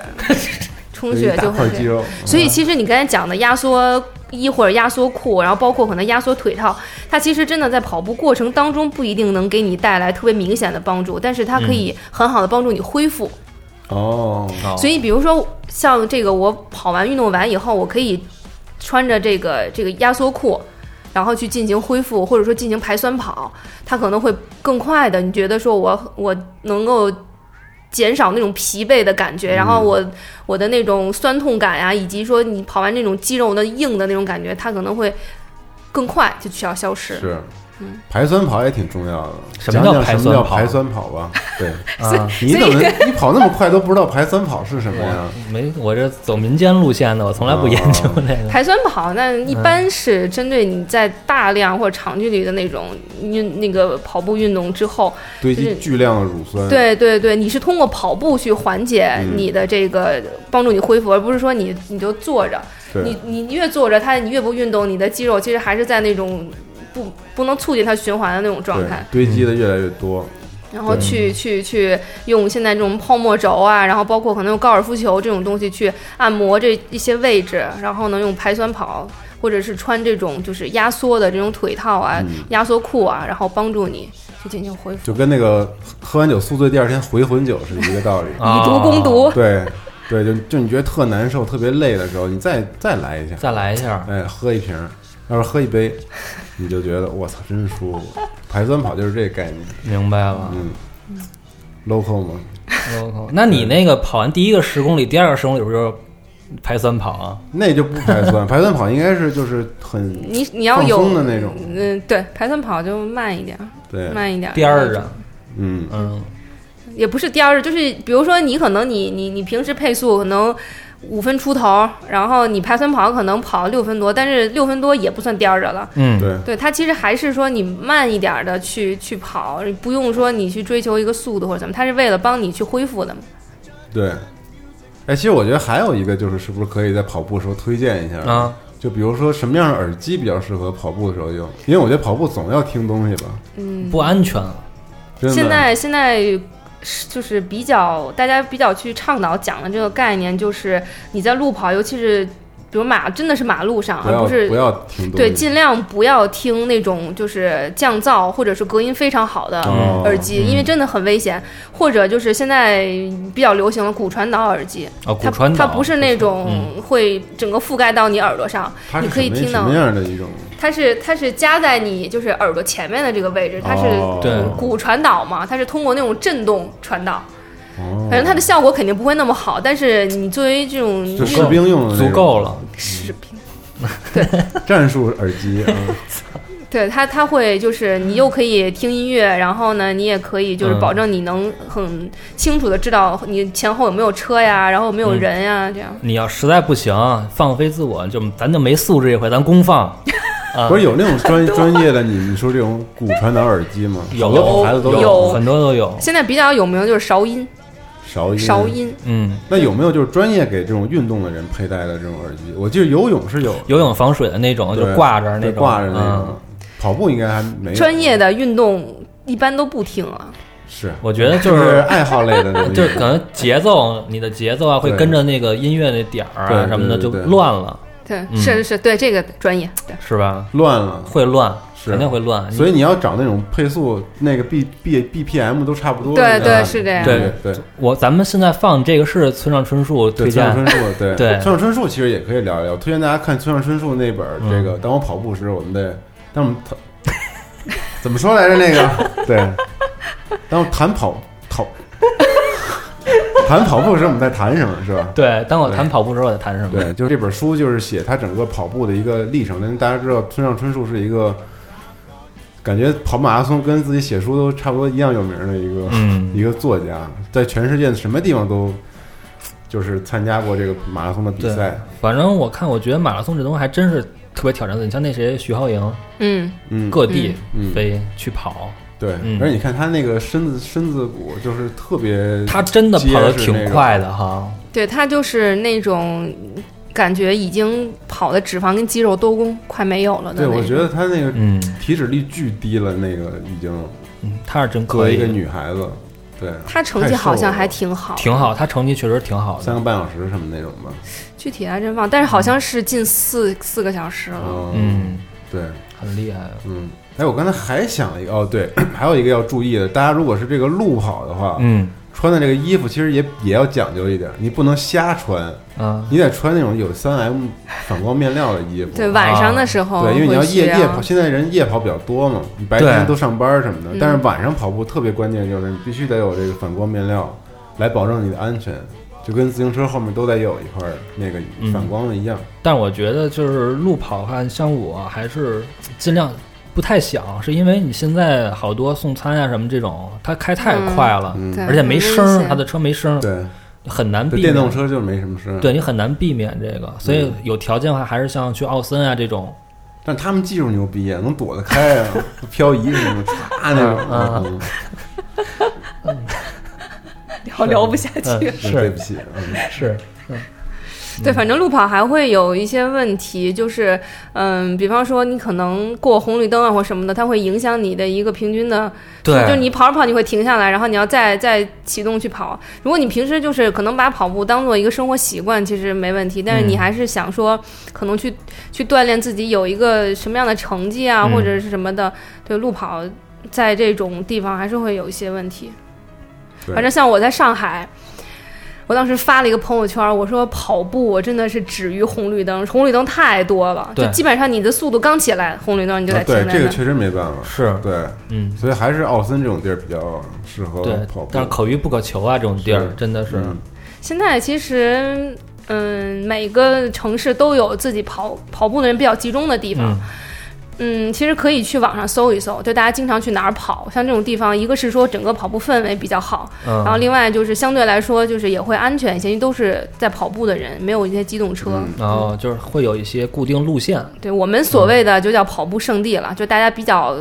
充
一
血
大
就
块
会
肌。肉。嗯
所以其实你刚才讲的压缩衣或者压缩裤，然后包括可能压缩腿套，它其实真的在跑步过程当中不一定能给你带来特别明显的帮助，但是它可
嗯
以很好的帮助你恢复。
哦，
哦
所以，比如说像这个，我跑完运动完以后，我可以穿着这个这个压缩裤，然后去进行恢复，或者说进行排酸跑，它可能会更快的。你觉得说我我能够减少那种疲惫的感觉，然后我我的那种酸痛感呀、以及说你跑完那种肌肉的硬的那种感觉，它可能会更快就需要消失。
是，
嗯
排酸跑也挺重要的。
什么
讲
叫
讲
排
什么叫
酸跑
排酸跑吧？对，
啊，
你怎么你跑那么快都不知道排酸跑是什么呀？
没，我这走民间路线的，我从来不研究那个。
排酸跑那一般是针对你在大量或者长距离的那种运那个跑步运动之后，
堆
就
积
是
巨量的乳酸。，
对对对，你是通过跑步去缓解
嗯
你的这个帮助你恢复，而不是说你你就坐着，
对
你，你越坐着它，你越不运动，你的肌肉其实还是在那种不不能促进它循环的那种状
对
态，，
堆积的越来越多。
然后去去去用现在这种泡沫轴啊，然后包括可能用高尔夫球这种东西去按摩这一些位置，然后呢用排酸跑。或者是穿这种就是压缩的这种腿套啊、
嗯
压缩裤啊，然后帮助你去进行恢复。
就跟那个喝喝完酒宿醉第二天回魂酒是一个道理。
啊
以毒攻毒，
对，对，就就你觉得特难受、特别累的时候，你再再来一下，
再来一下，
哎，喝一瓶儿，要是喝一杯，你就觉得我操，真舒服。排酸跑就是这概念，
明白了。
嗯，local 嘛，
我靠，那你那个跑完第一个十公里，第二个十公里是不是排酸跑啊？
那就不排酸，排酸跑应该是就是很
你你要
放
有
松的那种
嗯，对，排酸跑就慢一点，
对，
慢一点。
第二啊，
嗯，
嗯，
也不是第二日，就是比如说你可能你你你平时配速可能五分出头，然后你排酸跑可能跑六分多，但是六分多也不算第二日了。
嗯，
对，
对，它其实还是说你慢一点的去去跑，不用说你去追求一个速度或者怎么，它是为了帮你去恢复的嘛。
对。哎，其实我觉得还有一个就是，是不是可以在跑步的时候推荐一下？
啊，
就比如说什么样的耳机比较适合跑步的时候用？因为我觉得跑步总要听东西吧，
不安全。
真的。
现在现在是就是比较大家比较去倡导讲的这个概念，就是你在路跑，尤其是比如马，真的是马路上，
不
而
要
不是
不要听东西，
对，尽量不要听那种就是降噪或者是隔音非常好的
哦
耳机，因为真的很危险。或者就是现在比较流行的骨传导耳机，
啊，骨
它
传导嗯
它不是那种会整个覆盖到你耳朵上，
它是
你可以
什么
听
什
到
么，样的一种？
它是它是夹在你就是耳朵前面的这个位置，它是
哦
对
骨传导嘛，它是通过那种震动传导，
哦
反正它的效果肯定不会那么好，但是你作为这种
就
运
士兵用的那种
足够了，
视频。
战术耳机 啊，
对它，它会就是你又可以听音乐，然后呢，你也可以就是
嗯
保证你能很清楚的知道你前后有没有车呀，然后有没有人呀，这样。
你要实在不行，放飞自我，就咱就没素质这回，咱公 放。啊
不是有那种专专业的？你你说这种骨传导耳机吗？
有
好多品牌子都
有
很多都有，
现在比较有名的就是韶音，
韶音。
韶。音
嗯，
那有没有就是专业给这种运动的人佩戴的这种耳机？我记得游泳是有
游泳防水的那种，哦就
对
挂着那
对
种，
挂着那
嗯
种，跑步应该还没有
专业的运动一般都不听啊，
是，
我觉得就
就是是 爱好类的那种，
就可能节奏，你的节奏啊会
对
跟着那个音乐那点儿
对
啊什么的
对
就
对对
乱了，
对，
嗯
是是是，对这个专业，对，
是吧？
乱了。
会乱，
是
肯定会乱。
所
以
以你要找那种配速，那个 B B B P M 都差不多
对
的。
对是这样
对对
我咱们现在放这个是村上春树
对，
推
村上
荐，
春树，对
对
村上春树其实也可以聊一聊。推荐大家看村上春树那本儿
嗯
这个《当我跑步时，我们的当我们 谈怎么说来着？那个对，当我谈跑跑 谈跑步时我们在谈什么，是吧？
对，当我谈跑步时候，我在谈什么？
对，就是这本书就是写他整个跑步的一个历程。但大家知道，村上春树是一个感觉跑马拉松跟自己写书都差不多一样有名的一个、
嗯
一个作家，在全世界什么地方都就是参加过这个马拉松的比赛。
反正我看，我觉得马拉松这东西还真是特别挑战自己。像那谁徐浩莹，
嗯，
嗯，
各地
嗯
飞去跑，
对，
嗯
而且你看他那个身子身子骨就是特别，
他真的跑得
结实那
挺
种
快的哈。
对他就是那种感觉已经跑的脂肪跟肌肉都快没有了的
对
那种。
我觉得他那个
嗯，
体脂率巨低了，那个已经
嗯他是真
作
可
为一
以
个，女孩子，对，
他成绩好像还挺好，
挺好，他成绩确实挺好
三
的。
个半小时什么那种吧。
具体还真忘，但是好像是近四四个小时了。
嗯，
嗯，
对，
很厉害。
嗯，哎，我刚才还想了一个，哦，对，还有一个要注意的，大家如果是这个路跑的话，
嗯
穿的这个衣服其实也也要讲究一点，你不能瞎穿，
啊，
你得穿那种有三 M 反光面料的衣服。
对，晚上的时候
啊对因为你要
会需
夜夜跑，现在人夜跑比较多嘛，你白
对
天都上班什么的
嗯，
但是晚上跑步特别关键就是你必须得有这个反光面料，来保证你的安全，就跟自行车后面都得有一块儿那个
嗯
反光的一样。
但我觉得就是路跑的话，像我还是尽量不太想，是因为你现在好多送餐啊呀、什么这种，它开太快了，
嗯，
对
而且没声
很危
儿，
险
它的车没声儿，
对，
很难避
对，电
免。
动车就是没什么声。
对你很难避免这个，所以有条件的话，还是像去奥森啊这种，
但他们技术牛逼啊，能躲得开啊， 漂移什么的，歘那种。
嗯
嗯，
聊聊不下去。
嗯，
对
是
不起，嗯
是，
对，反正路跑还会有一些问题，就是嗯，比方说你可能过红绿灯啊或什么的，它会影响你的一个平均的
对，
就你跑着跑你会停下来，然后你要再再启动去跑。如果你平时就是可能把跑步当做一个生活习惯，其实没问题。但是你
嗯
还是想说，可能去去锻炼自己有一个什么样的成绩啊，
嗯
或者是什么的。对，路跑在这种地方还是会有一些问题。
对
反正像我在上海。我当时发了一个朋友圈，我说跑步我真的是止于红绿灯，红绿灯太多了，就
对
基本上你的速度刚起来，红绿灯你就得
啊
停
对，
在那。
这个确实没办法。
是，
对，
嗯，
所以还是奥森这种地儿比较适合
对
跑步，。
但是可遇不可求啊，这种地儿
是
真的是，
嗯
现在其实，嗯，每个城市都有自己跑跑步的人比较集中的地方。
嗯
嗯其实可以去网上搜一搜，就大家经常去哪儿跑，像这种地方，一个是说整个跑步氛围比较好，然后
嗯，
另外就是相对来说就是也会安全一些，因为都是在跑步的人，没有一些机动车。
嗯
然后就是会有一些固定路线，
对我们所谓的就叫跑步圣地了，就大家比较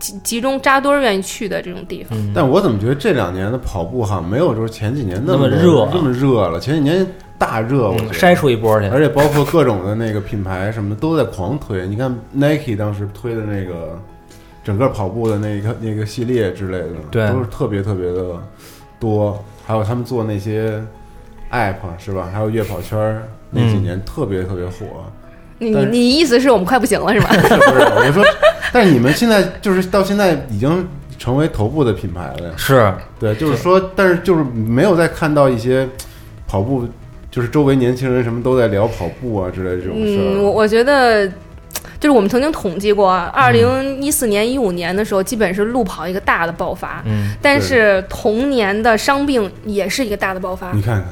集集中扎堆儿愿意去的这种地方。
但我怎么觉得这两年的跑步好像没有就是前几年
那么
么
热啊嗯
那么热了？前几年大热，我觉得
筛出一波去，
而且包括各种的那个品牌什么都在狂推。你看 Nike 当时推的那个整个跑步的那个那个系列之类的，
对
都是特别特别的多。还有他们做那些 app 是吧？还有月跑圈儿那几年特别特别火，
你
但
你
是
你意思是我们快不行了是吧？
是不是？我说，但是你们现在就是到现在已经成为头部的品牌了呀。
是，
对，就是说，但是就是没有再看到一些跑步，就是周围年轻人什么都在聊跑步啊之类的这种事儿。
嗯，我我觉得，就是我们曾经统计过，啊二零一四年、一五年的时候，基本是路跑一个大的爆发，
嗯，
但是同年的伤病也是一个大的爆发
你。看看，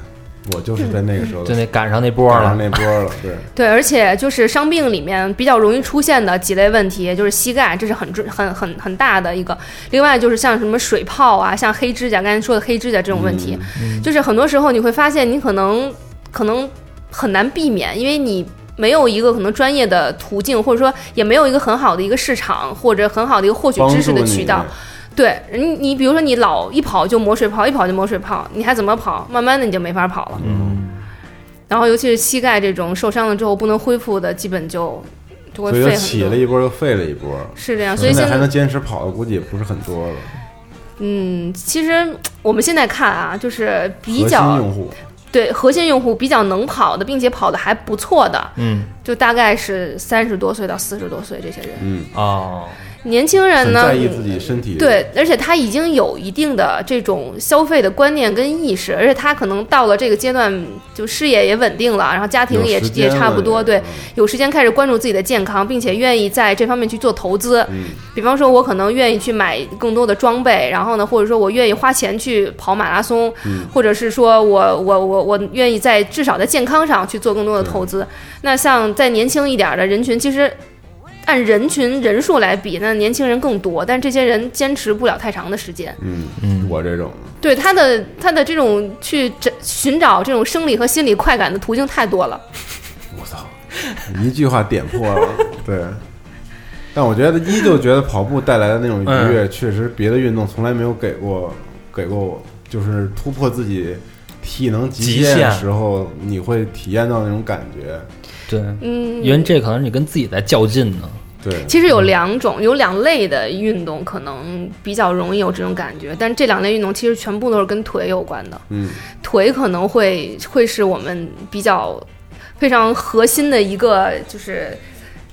我就是在那个时候
就那赶上那波
上
了，
那波了，对，
对，而且就是伤病里面比较容易出现的几类问题，就是膝盖，这是很重很很很大的一个。另外就是像什么水泡啊，像黑指甲，刚才说的黑指甲这种问
嗯
题，就是很多时候你会发现，你可能可能很难避免，因为你没有一个可能专业的途径，或者说也没有一个很好的一个市场，或者很好的一个获取
帮
知识
助
的
你
渠道。对你，你比如说你老一跑就磨水泡，一跑就磨水泡，你还怎么跑？慢慢的你就没法跑了。
嗯，
然后尤其是膝盖这种受伤了之后不能恢复的，基本就就会
所以就
废
起
很
了
多。
一波，又废了一波。
是这样，所以
现
现
在还
在
能坚持跑的，估计也不是很多了。
嗯，其实我们现在看啊，就是比
核心
较
用户，
对核心用户比较能跑的，并且跑的还不错的，
嗯，
就大概是三十多岁到四十多岁这些人。
嗯，
哦，
年轻人
很
呢
在，意自己身体。，
对，而且他已经有一定的这种消费的观念跟意识，而且他可能到了这个阶段，就事业也稳定了，然后家庭也
有时间
也差不多，
了
对，有时间开始关注自己的健康，并且愿意在这方面去做投资。
嗯，
比方说，我可能愿意去买更多的装备，然后呢，或者说我愿意花钱去跑马拉松，
嗯
或者是说我我我我愿意在至少在健康上去做更多的投
嗯
资。那像再年轻一点儿的人群，其实按人群人数来比，那年轻人更多，但这些人坚持不了太长的时间。
嗯
嗯
我这种
对他的他的这种去找寻找这种生理和心理快感的途径太多了。
我操，一句话点破了。对，但我觉得依旧觉得跑步带来的那种愉
嗯
悦，确实别的运动从来没有给过给过我，就是突破自己体能极
极
限的
限
时候，你会体验到那种感觉。
对，
嗯，
因为这可能是你跟自己在较劲呢。
对，
其实有两种，有两类的运动可能比较容易有这种感觉，但这两类运动其实全部都是跟腿有关的。
嗯，
腿可能会会是我们比较非常核心的一个就是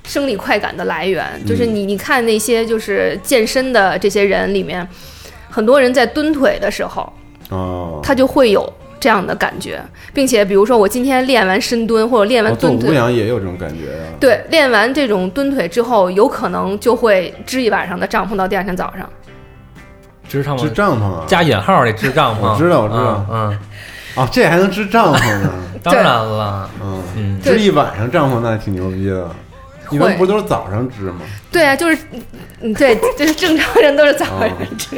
生理快感的来源，就是你你看那些就是健身的这些人里面，很多人在蹲腿的时候，
哦，
他就会有这样的感觉，并且比如说我今天练完深蹲或者练完
哦做
蹲
无
腿，
氧也有这种感觉啊。
对，练完这种蹲腿之后，有可能就会支一晚上的帐篷到第二天早上。
支帐
支
篷
帐篷啊，
加引号那支帐篷，
我知道我知道
嗯，
啊，这还能支帐篷 呢？
嗯当然了，
嗯，
嗯，
对
支一晚上帐篷那挺牛逼的。一般不都是早上支吗？
对啊，就是，嗯，对， 就是正常人都是早上
哦
支，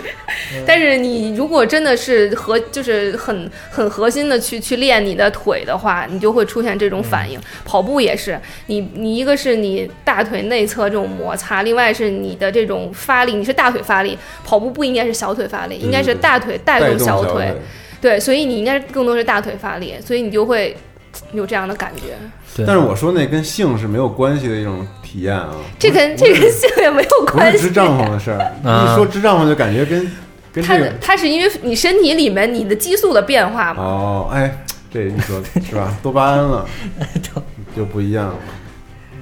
但是你如果真的是核，就是很很核心的去去练你的腿的话，你就会出现这种反
嗯
应。跑步也是，你你一个是你大腿内侧这种摩擦，另外是你的这种发力，你是大腿发力，跑步不应该是小腿发力，应该
对
是
对对
大腿
嗯
带
带
动
动
小
小
腿。
腿，
对，所以你应该更多是大腿发力，所以你就会嘖有这样的感觉。
对，
但是我说那跟性是没有关系的一种体验啊，
这跟这跟性也没有
不是
关
支
系。
帐篷的事儿。
啊
一说支帐篷就感觉跟跟
它
这
的
个
它是因为你身体里面你的激素的变化嘛，
哦，哎，这一说是吧？多巴胺了，就不一样了。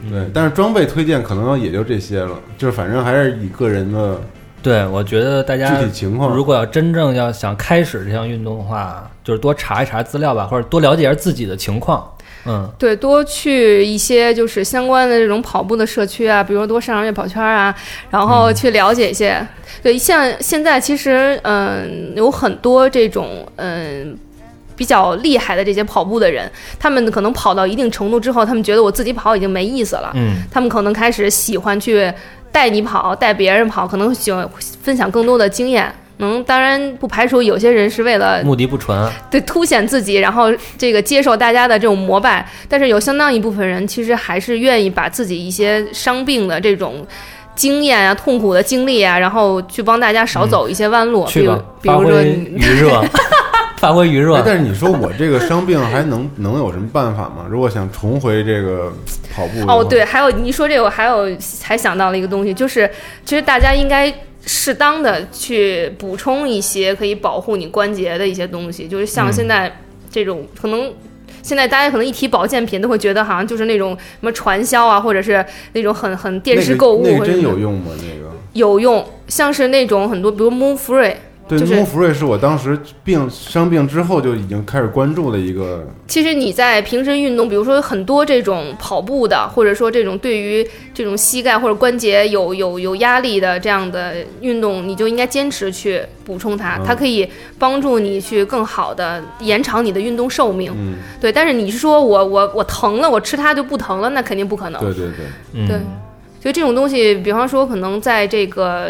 对，但是装备推荐可能也就这些了，就是反正还是以个人的
对我觉得大家
具体情况
如果要真正要想开始这项运动的话，就是多查一查资料吧，或者多了解一下自己的情况。嗯，
对，多去一些就是相关的这种跑步的社区啊，比如多上上越跑圈啊，然
嗯
后去了解一些。对，像现在其实嗯，有很多这种嗯。比较厉害的这些跑步的人，他们可能跑到一定程度之后，他们觉得我自己跑已经没意思了，
嗯，
他们可能开始喜欢去带你跑，带别人跑，可能喜欢分享更多的经验。能、当然不排除有些人是为了
目的不纯，
对凸显自己，然后这个接受大家的这种膜拜，但是有相当一部分人其实还是愿意把自己一些伤病的这种经验啊、痛苦的经历啊，然后去帮大家少走一些弯路，比
去
如
吧，
比
发
如说
挥
你
余 热，发挥余
哎
热，
但是你说我这个伤病还能 能有什么办法吗？如果想重回这个跑步的话
哦，对，，还有你一说这个，我还有还想到了一个东西，就是其实大家应该适当的去补充一些可以保护你关节的一些东西，就是
嗯
像现在这种、可能。现在大家可能一提保健品，都会觉得好像就是那种什么传销啊，或者是那种很很电视购物，
那个那
或
个
者
真
是
有用吗？那个
有用，像是那种很多，比如 Moon Free，
对，
就是
诺福瑞是我当时病伤病之后就已经开始关注的一个，
其实你在平时运动，比如说很多这种跑步的，或者说这种对于这种膝盖或者关节有有有压力的这样的运动，你就应该坚持去补充它，
嗯
它可以帮助你去更好的延长你的运动寿命。
嗯，
对，但是你是说我我我疼了，我吃它就不疼了，那肯定不可能。
对对对，
嗯
对所以这种东西，比方说可能在这个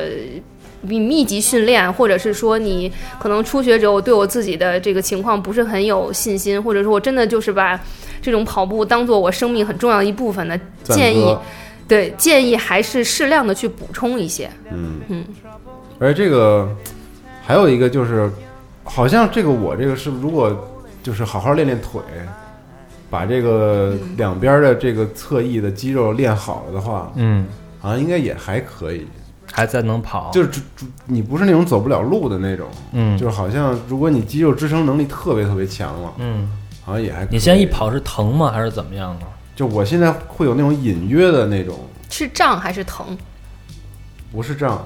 你密集训练，或者是说你可能初学者，我对我自己的这个情况不是很有信心，或者说我真的就是把这种跑步当做我生命很重要的一部分的，
赞
建议
歌，
对建议还是适量的去补充一些。
嗯
嗯，
而这个还有一个就是，好像这个我这个是如果就是好好练练腿，把这个
嗯
两边的这个侧翼的肌肉练好了的话，
嗯，
好像应该也还可以，
还在能跑，
就是主主你不是那种走不了路的那种。
嗯
就是好像如果你肌肉支撑能力特别特别强了，
嗯，
好像也还可以
你现在一，跑是疼吗？还是怎么样啊？
就我现在会有那种隐约的那种，
是胀还是疼？
不是胀，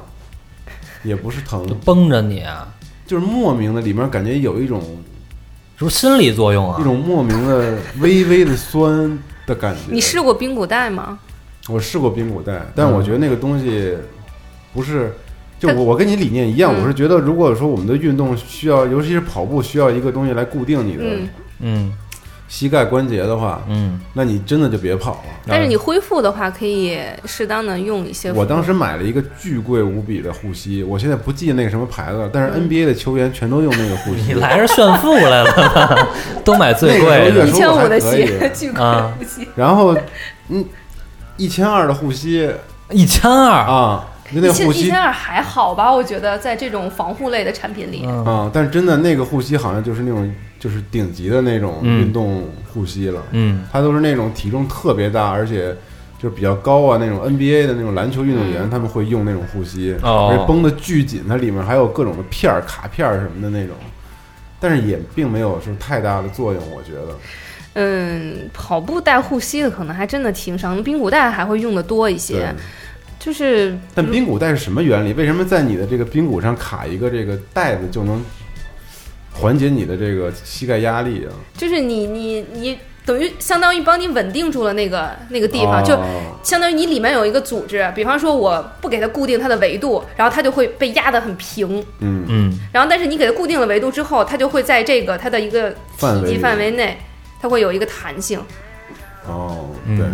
也不是疼
就，绷着你啊，
就是莫名的里面感觉有一种
是不是心理作用
一
啊？
种莫名的微微的酸的感觉。
你试过髌骨带吗？
我试过髌骨带，但我觉得那个东西不是，就
它
我我跟你理念一样，
嗯
我是觉得如果说我们的运动需要，尤其是跑步需要一个东西来固定你的
嗯，
嗯
膝盖关节的话，
嗯，
那你真的就别跑了。
但是你恢复的话，可以适当的用一些。
我当时买了一个巨贵无比的护膝，我现在不记那个什么牌子了，但
嗯
是 NBA 的球员全都用那个护
你。
膝
来是炫富来了， 都买最贵
那个
的
时
一
候
千五的
我还可以
鞋，巨贵
啊
无锡
然后，嗯，一千二的护膝
一千二，
啊，就那
一
护
千一
膝
千二还好吧？我觉得在这种防护类的产品里，
嗯
啊，但是真的那个护膝好像就是那种就是顶级的那种
嗯
运动护膝了。
嗯
他都是那种体重特别大，而且就是比较高啊，那种 NBA 的那种篮球运动员，他们会用那种护膝，
嗯哦
而且绷得巨紧，它里面还有各种的片儿、卡片儿什么的那种，但是也并没有说太大的作用，我觉得。
嗯，跑步带护膝的可能还真的挺少，髌骨带还会用的多一
对
些。，就是
但髌骨带是什么原理？为什么在你的这个髌骨上卡一个这个带子就能缓解你的这个膝盖压力啊？
就是你你你等于相当于帮你稳定住了那个那个地方，
哦
就相当于你里面有一个组织，比方说我不给它固定它的维度，然后它就会被压得很平。
嗯，
嗯，
然后但是你给它固定了维度之后，它就会在这个它的一个
范
体
围
积
里
范围内，它会有一个弹性，
哦，
嗯
对，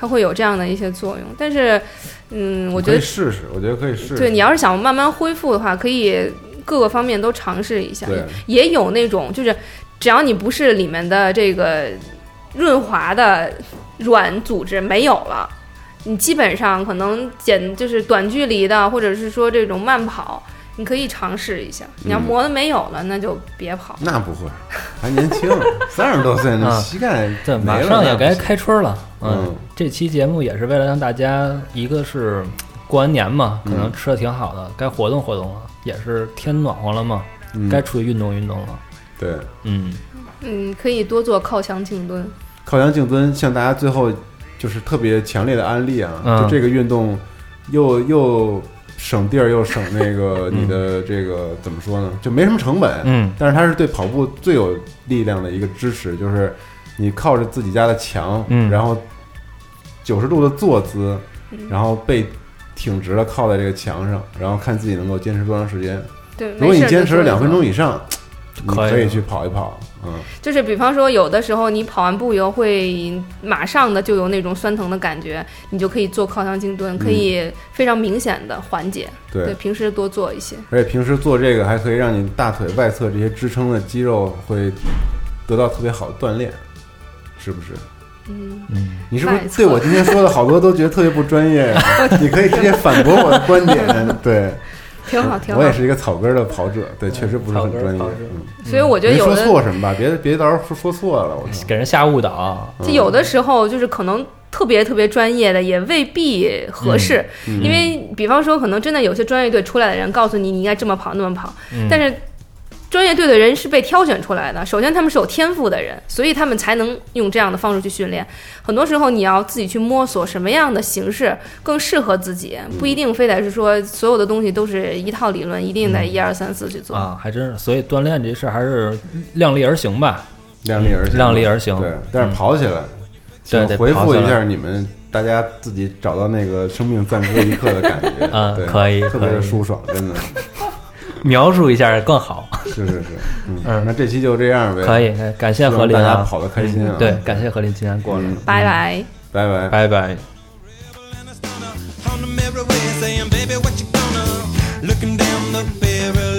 它会有这样的一些作用。但是，嗯，我
你
觉
可以
得
试试，我觉得可以试试。
对你要是想慢慢恢复的话，可以各个方面都尝试一下
对。
也有那种就是，只要你不是里面的这个润滑的软组织没有了，你基本上可能简就是短距离的，或者是说这种慢跑，你可以尝试一下。你要
嗯
磨的没有了，那就别跑。
那不会，还年 轻，三十多岁呢，
啊
膝盖
对，
没
马
了
上也
那
该
不行
开春了，嗯
嗯，
这期节目也是为了让大家，一个是过完年嘛，
嗯
可能吃的挺好的，该活动活动了，也是天暖和了嘛，
嗯
该出去运动运动了。
对
嗯，
嗯，可以多做靠墙静蹲。
靠墙静蹲，向大家最后就是特别强烈的安利啊，
嗯
就这个运动又又省地儿又省那个你的这个怎么说呢，就没什么成本，
嗯，
但是它是对跑步最有力量的一个支持，就是你靠着自己家的墙，
嗯
然后九十度的坐姿，
嗯
然后背挺直了靠在这个墙上，然后看自己能够坚持多长时间。
对，
如果
没
你
事儿
坚
就
持
做
了
一
两分
做
钟以上，你
可以
可以
了
去跑一跑，嗯，
就是比方说，有的时候你跑完步以后会马上的就有那种酸疼的感觉，你就可以做靠墙静蹲，可以非常明显的缓解。对，
嗯对。
平时多做一些。
而且平时做这个还可以让你大腿外侧这些支撑的肌肉会得到特别好的锻炼，是不是？
嗯，
你是不
外
是
侧
对我今天说的好多都觉得特别不专业呀、你可以直接反驳我的观点，对，
挺 好，挺好
我。也是一个草根儿的跑者，对，确实不是很专业
草根儿跑者。
嗯，
所以我觉得
没
有
说
的，
错什么吧，别别到时候说错了，
嗯
我操！
给人下误
啊
导，
就有的时候就是可能特别特别专业的也未必合适，
嗯
因为比方说可能真的有些专业队出来的人告诉你你应该这么跑那么跑，
嗯
但是。专业队的人是被挑选出来的，首先他们是有天赋的人，所以他们才能用这样的方式去训练。很多时候你要自己去摸索什么样的形式更适合自己，不一定非得是说所有的东西都是一套理论，一定得一二三四去做。
啊，
还真是，所以锻炼这事儿还是量力而行吧。
量力而行，
量力而行
对，但是跑起来，
对
请
得
回
跑
复
起
一
来
下你们大家自己找到那个生命暂时一刻的感觉，
嗯
对，
可以
特别
可
的
以
舒爽，真的，
描述一下更好，
是是是，嗯
嗯，
那这期就这样呗，
可以，哎感谢
希望
何林
大家
啊，
跑得开心啊，
对，感谢何林今天过来，
嗯，
拜拜。
拜
拜
拜。
拜。
and I start on them every way, saying, baby, what you gonna? Looking down the barrel